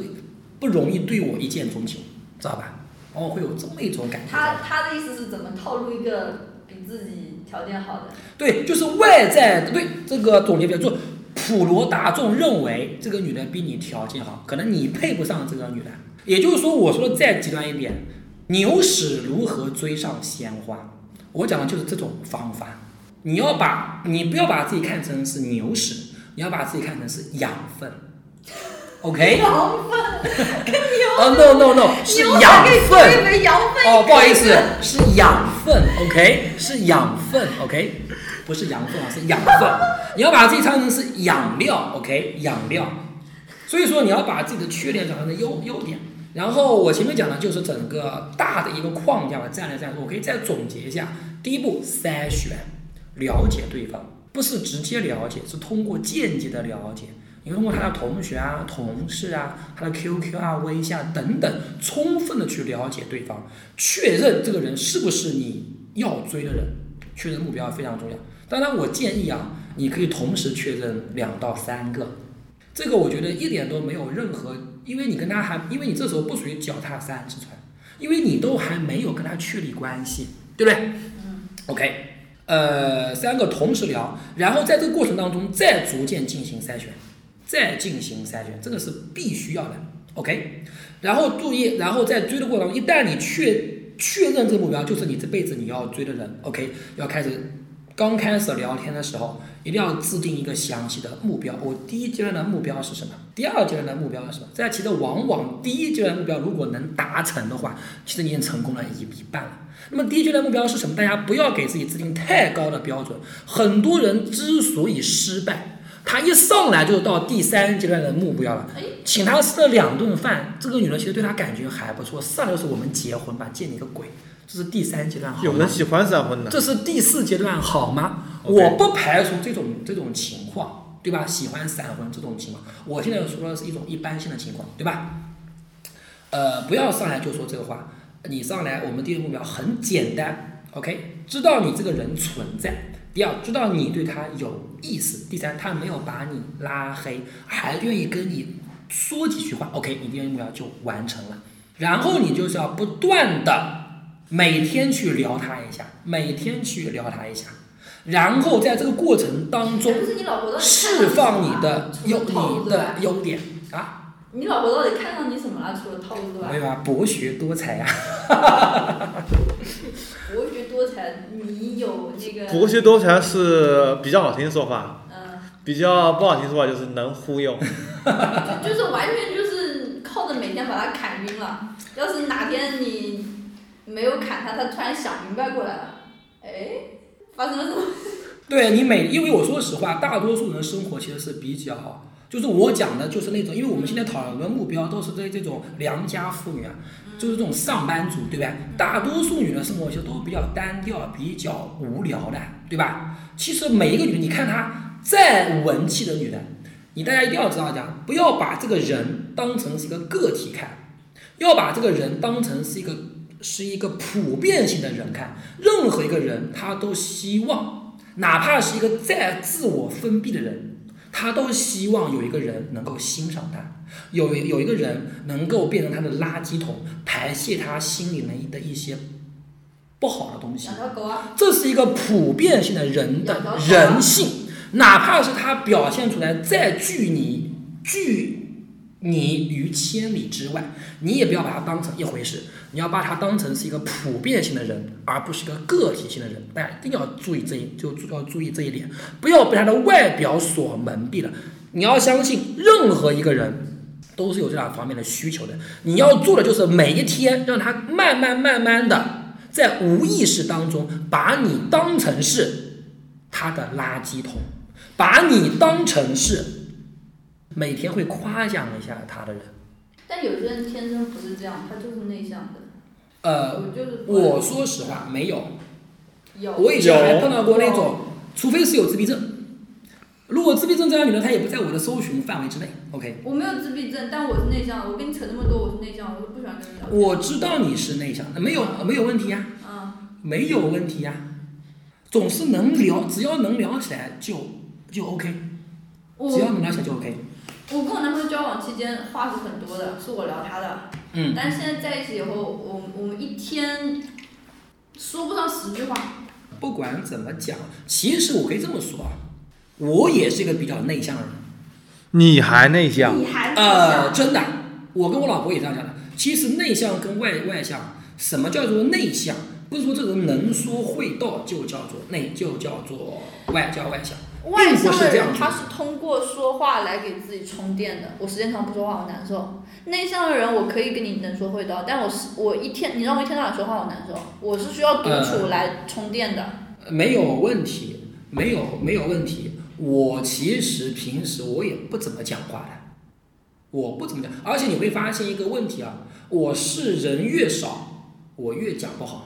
Speaker 3: 不容易对我一见钟情，知道吧？往往会有这么一种感觉。
Speaker 1: 他他的意思是怎么套路一个比自己条件好的。
Speaker 3: 对，就是外在对这个总结比较重。普罗大众认为这个女人比你条件好，可能你配不上这个女人。也就是说，我说的再极端一点，牛屎如何追上鲜花？我讲的就是这种方法。你要把你不要把自己看成是牛屎，你要把自己看成是养分。OK？
Speaker 1: 羊粪跟牛，
Speaker 3: 哦、no no no，是
Speaker 1: 牛
Speaker 3: 养
Speaker 1: 可以
Speaker 3: 分。
Speaker 1: 归为羊粪。
Speaker 3: 哦，不好意思，是养分，OK，是养分，OK，不是羊粪啊，是 养分。你要把自己当成是养料，OK，养料。所以说你要把自己的缺点转换成优优点。然后我前面讲的就是整个大的一个框架和战略战术，我可以再总结一下。第一步，筛选，了解对方，不是直接了解，是通过间接的了解。你通过他的同学啊、同事啊、他的 QQ 啊、微信啊等等，充分的去了解对方，确认这个人是不是你要追的人，确认目标非常重要。当然，我建议啊，你可以同时确认两到三个，这个我觉得一点都没有任何，因为你跟他还，因为你这时候不属于脚踏三尺船，因为你都还没有跟他确立关系，对不对？嗯。OK，呃，三个同时聊，然后在这个过程当中再逐渐进行筛选。再进行筛选，这个是必须要的，OK。然后注意，然后在追的过程中，一旦你确确认这个目标就是你这辈子你要追的人，OK，要开始刚开始聊天的时候，一定要制定一个详细的目标。我第一阶段的目标是什么？第二阶段的目标是什么？在其实往往第一阶段目标如果能达成的话，其实你已经成功了一一半了。那么第一阶段目标是什么？大家不要给自己制定太高的标准。很多人之所以失败。他一上来就到第三阶段的目标了，请他吃了两顿饭，这个女人其实对他感觉还不错，上来就是我们结婚吧，见你个鬼，这是第三阶段好吗？
Speaker 2: 有人喜欢闪婚的，
Speaker 3: 这是第四阶段好吗？
Speaker 2: OK
Speaker 3: 我不排除这种这种情况，对吧？喜欢闪婚这种情况，我现在说的是一种一般性的情况，对吧？呃，不要上来就说这个话，你上来我们第一个目标很简单，OK，知道你这个人存在。第二，知道你对他有意思；第三，他没有把你拉黑，还愿意跟你说几句话，OK，你第一个目标就完成了。然后你就是要不断的每天去聊他一下，每天去聊他一下，然后在这个过程当中
Speaker 1: 还不是你老婆到底看到
Speaker 3: 释
Speaker 1: 你
Speaker 3: 放你
Speaker 1: 什么
Speaker 3: 的
Speaker 1: 了除
Speaker 3: 优
Speaker 1: 了套路
Speaker 3: 你
Speaker 1: 之
Speaker 3: 的
Speaker 1: 外
Speaker 3: 优点啊，
Speaker 1: 你老婆到底看到你什么了？除了套路之
Speaker 3: 没
Speaker 1: 外，
Speaker 3: 有啊，博学多才啊。
Speaker 1: 博学多才，你有那个
Speaker 2: 博学多才是比较好听的说法，
Speaker 1: 嗯，
Speaker 2: 比较不好听的说法就是能忽悠。
Speaker 1: 就就是完全就是靠着每天把他砍晕了。要是哪天你没有砍他，他突然想明白过来了，哎，发生了什么？
Speaker 3: 对啊你每，因为我说实话，大多数人生活其实是比较，就是我讲的就是那种，因为我们现在讨论的目标都是这这种良家妇女啊，就是这种上班族，对不对？大多数女人生活其实都比较单调，比较无聊的，对吧？其实每一个女人，你看她再文气的女人，你大家一定要知道讲，不要把这个人当成是一个个体看，要把这个人当成是一个是一个普遍性的人看，任何一个人他都希望。哪怕是一个再自我封闭的人，他都希望有一个人能够欣赏他，有有一个人能够变成他的垃圾桶，排泄他心里面的一些不好的东西
Speaker 1: 养。条狗啊，
Speaker 3: 这是一个普遍性的人的人性，哪怕是他表现出来再拒你拒你于千里之外，你也不要把它当成一回事，你要把它当成是一个普遍性的人，而不是一个个体性的人。大家一定要注意这一，就就要注意这一点，不要被他的外表所蒙蔽了。你要相信，任何一个人都是有这两方面的需求的。你要做的就是每一天让他慢慢慢慢的在无意识当中把你当成是他的垃圾桶，把你当成是每天会夸奖一下他的人。
Speaker 1: 但有些人天生不是这样，他就是内向的。
Speaker 3: 呃，
Speaker 1: 我就是不
Speaker 3: 我说实话，没有，
Speaker 1: 有
Speaker 3: 我以前
Speaker 2: 有
Speaker 3: 还碰到过那种，除非是有自闭症，如果自闭症这样女人，她也不在我的搜寻范围之内。OK，
Speaker 1: 我没有自闭症，但我是内向的。我跟你扯那么多，我是内向，我就不喜欢跟你聊天。
Speaker 3: 我知道你是内向的，没有没有问题呀、
Speaker 1: 嗯，
Speaker 3: 没有问题呀、总是能聊，只要能聊起来就就 OK，
Speaker 1: 我
Speaker 3: 只要能聊起来就 OK。
Speaker 1: 我跟我男朋友交往期间话是很多的，是我聊他的。
Speaker 3: 嗯，
Speaker 1: 但是现在在一起以后，我我们一天说不上十句话，
Speaker 3: 不管怎么讲，其实我可以这么说啊，我也是一个比较内向的人。
Speaker 2: 你还内向，
Speaker 1: 你还内
Speaker 3: 呃，
Speaker 1: 向，
Speaker 3: 真的，我跟我老婆也这样讲的。其实内向跟外外向，什么叫做内向？不是说这个人能说会道就叫做内，就叫做外叫外向。
Speaker 1: 外
Speaker 3: 并不
Speaker 1: 向
Speaker 3: 是
Speaker 1: 的
Speaker 3: 这样
Speaker 1: 人
Speaker 3: 子
Speaker 1: 他是通过说话来给自己充电的。我时间长不说话，我难受。内向的人，我可以跟你能说会道，但我是我一天，你让我一天到晚说话，我难受。我是需要独处来充电的。
Speaker 3: 呃没有问题，没有没有问题。我其实平时我也不怎么讲话的，我不怎么讲。而且你会发现一个问题啊，我是人越少，我越讲不好。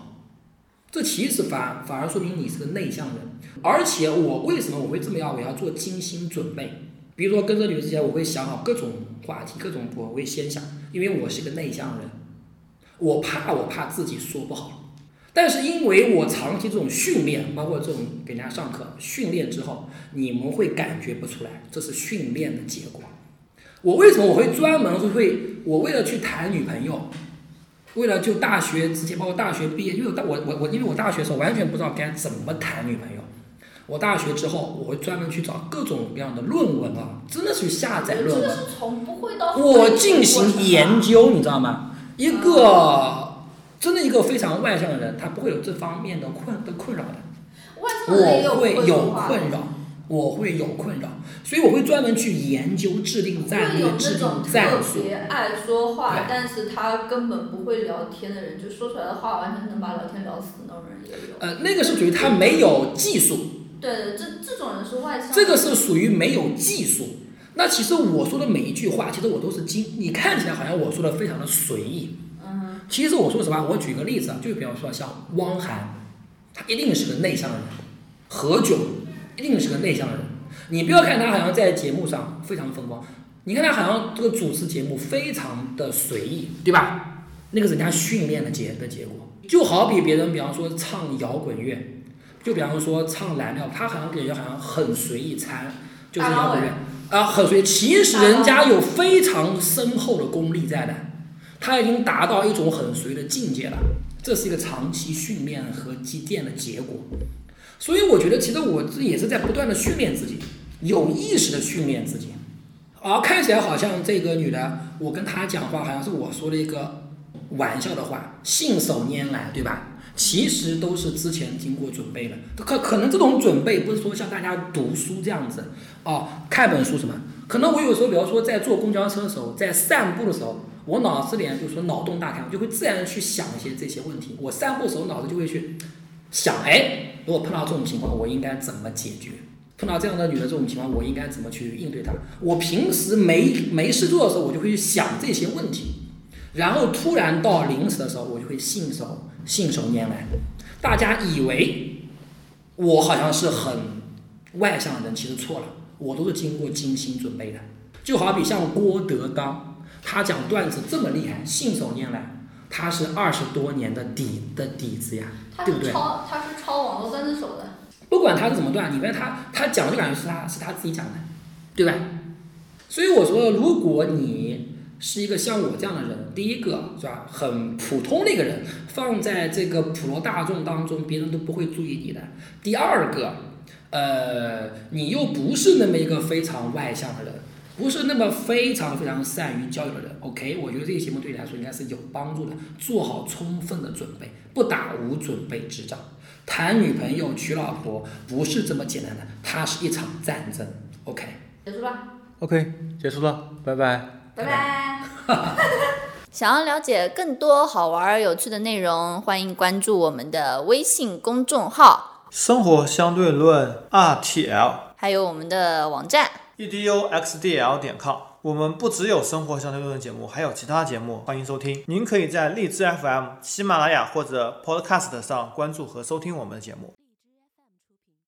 Speaker 3: 这其实反反而说明你是个内向人。而且我为什么我会这么样？我要做精心准备。比如说跟这女的之前，我会想好各种话题、各种我会先想，因为我是个内向人，我怕我怕自己说不好。但是因为我长期这种训练，包括这种给人家上课训练之后，你们会感觉不出来，这是训练的结果。我为什么我会专门会会，我为了去谈女朋友，为了就大学直接包括大学毕业，因为我大我我我因为我大学的时候完全不知道该怎么谈女朋友。我大学之后，我会专门去找各种各样的论文啊，真的去下载论
Speaker 1: 这
Speaker 3: 文
Speaker 1: 个。是从不会到
Speaker 3: 我进行研究，你知道吗？一个真的一个非常外向的人，他不会有这方面的困的困扰的。
Speaker 1: 外向的人也
Speaker 3: 我会
Speaker 1: 不
Speaker 3: 有
Speaker 1: 说话的
Speaker 3: 困扰，啊我会有困扰，所以我会专门去研究制定战
Speaker 1: 会
Speaker 3: 略
Speaker 1: 有、
Speaker 3: 制
Speaker 1: 那
Speaker 3: 定
Speaker 1: 种
Speaker 3: 战
Speaker 1: 特
Speaker 3: 术。
Speaker 1: 别爱说
Speaker 3: 对
Speaker 1: 话，但是他根本不会聊天的人，就说出来的话完全能把聊天聊死那种人也有。
Speaker 3: 呃，那个是属于他没有技术，
Speaker 1: 对对，这这种人是外向的。
Speaker 3: 这个是属于没有技术。那其实我说的每一句话，其实我都是经，你看起来好像我说的非常的随意，
Speaker 1: 嗯，
Speaker 3: 其实我说实话，我举个例子啊，就比方说像汪涵，他一定是个内向人；何炅一定是个内向人。你不要看他好像在节目上非常风光，你看他好像这个主持节目非常的随意，对吧？那个是人家训练的结的结果，就好比别人比方说唱摇滚乐，就比方说唱蓝调，他好像给人好像很随意参，就是摇滚乐啊、很随意。其实人家有非常深厚的功力在的。他已经达到一种很随的境界了，这是一个长期训练和积淀的结果。所以我觉得，其实我自己也是在不断的训练自己，有意识的训练自己。而看起来好像这个女的，我跟她讲话好像是我说了一个玩笑的话，信手拈来，对吧？其实都是之前经过准备的，可可能这种准备不是说像大家读书这样子哦，看本书什么。可能我有时候，比方说在坐公交车的时候，在散步的时候，我脑子里面就是说脑洞大开，我就会自然地去想一些这些问题。我散步的时候，脑子就会去想，哎，如果碰到这种情况，我应该怎么解决？碰到这样的女的这种情况，我应该怎么去应对她？我平时没没事做的时候，我就会去想这些问题，然后突然到临时的时候，我就会信手信手拈来。大家以为我好像是很外向的人，其实错了，我都是经过精心准备的。就好比像郭德纲，他讲段子这么厉害，信手拈来，他是二十多年的底的底子呀，
Speaker 1: 他
Speaker 3: 对不
Speaker 1: 是
Speaker 3: 对？
Speaker 1: 抄他是抄网络段子手的，
Speaker 3: 不管他是怎么断，你问他，他讲就感觉是他是他自己讲的，对吧？所以我说，如果你是一个像我这样的人，第一个是吧，很普通的一个人，放在这个普罗大众当中，别人都不会注意你的。第二个，呃，你又不是那么一个非常外向的人，不是那么非常非常善于交友的人。OK，我觉得这个节目对你来说应该是有帮助的，做好充分的准备，不打无准备之仗。谈女朋友、娶老婆不是这么简单的，它是一场战争。OK，
Speaker 1: 结束吧，
Speaker 2: OK，结束了，拜拜。
Speaker 1: 拜拜。
Speaker 4: 想要了解更多好玩儿有趣的内容，欢迎关注我们的微信公众号，
Speaker 2: 生活相对论 RTL
Speaker 4: 还有我们的网站。
Speaker 2: eduxdl 点 com。我们不只有生活相对论的节目，还有其他节目，欢迎收听。您可以在荔枝 FM、喜马拉雅或者 Podcast 上关注和收听我们的节目。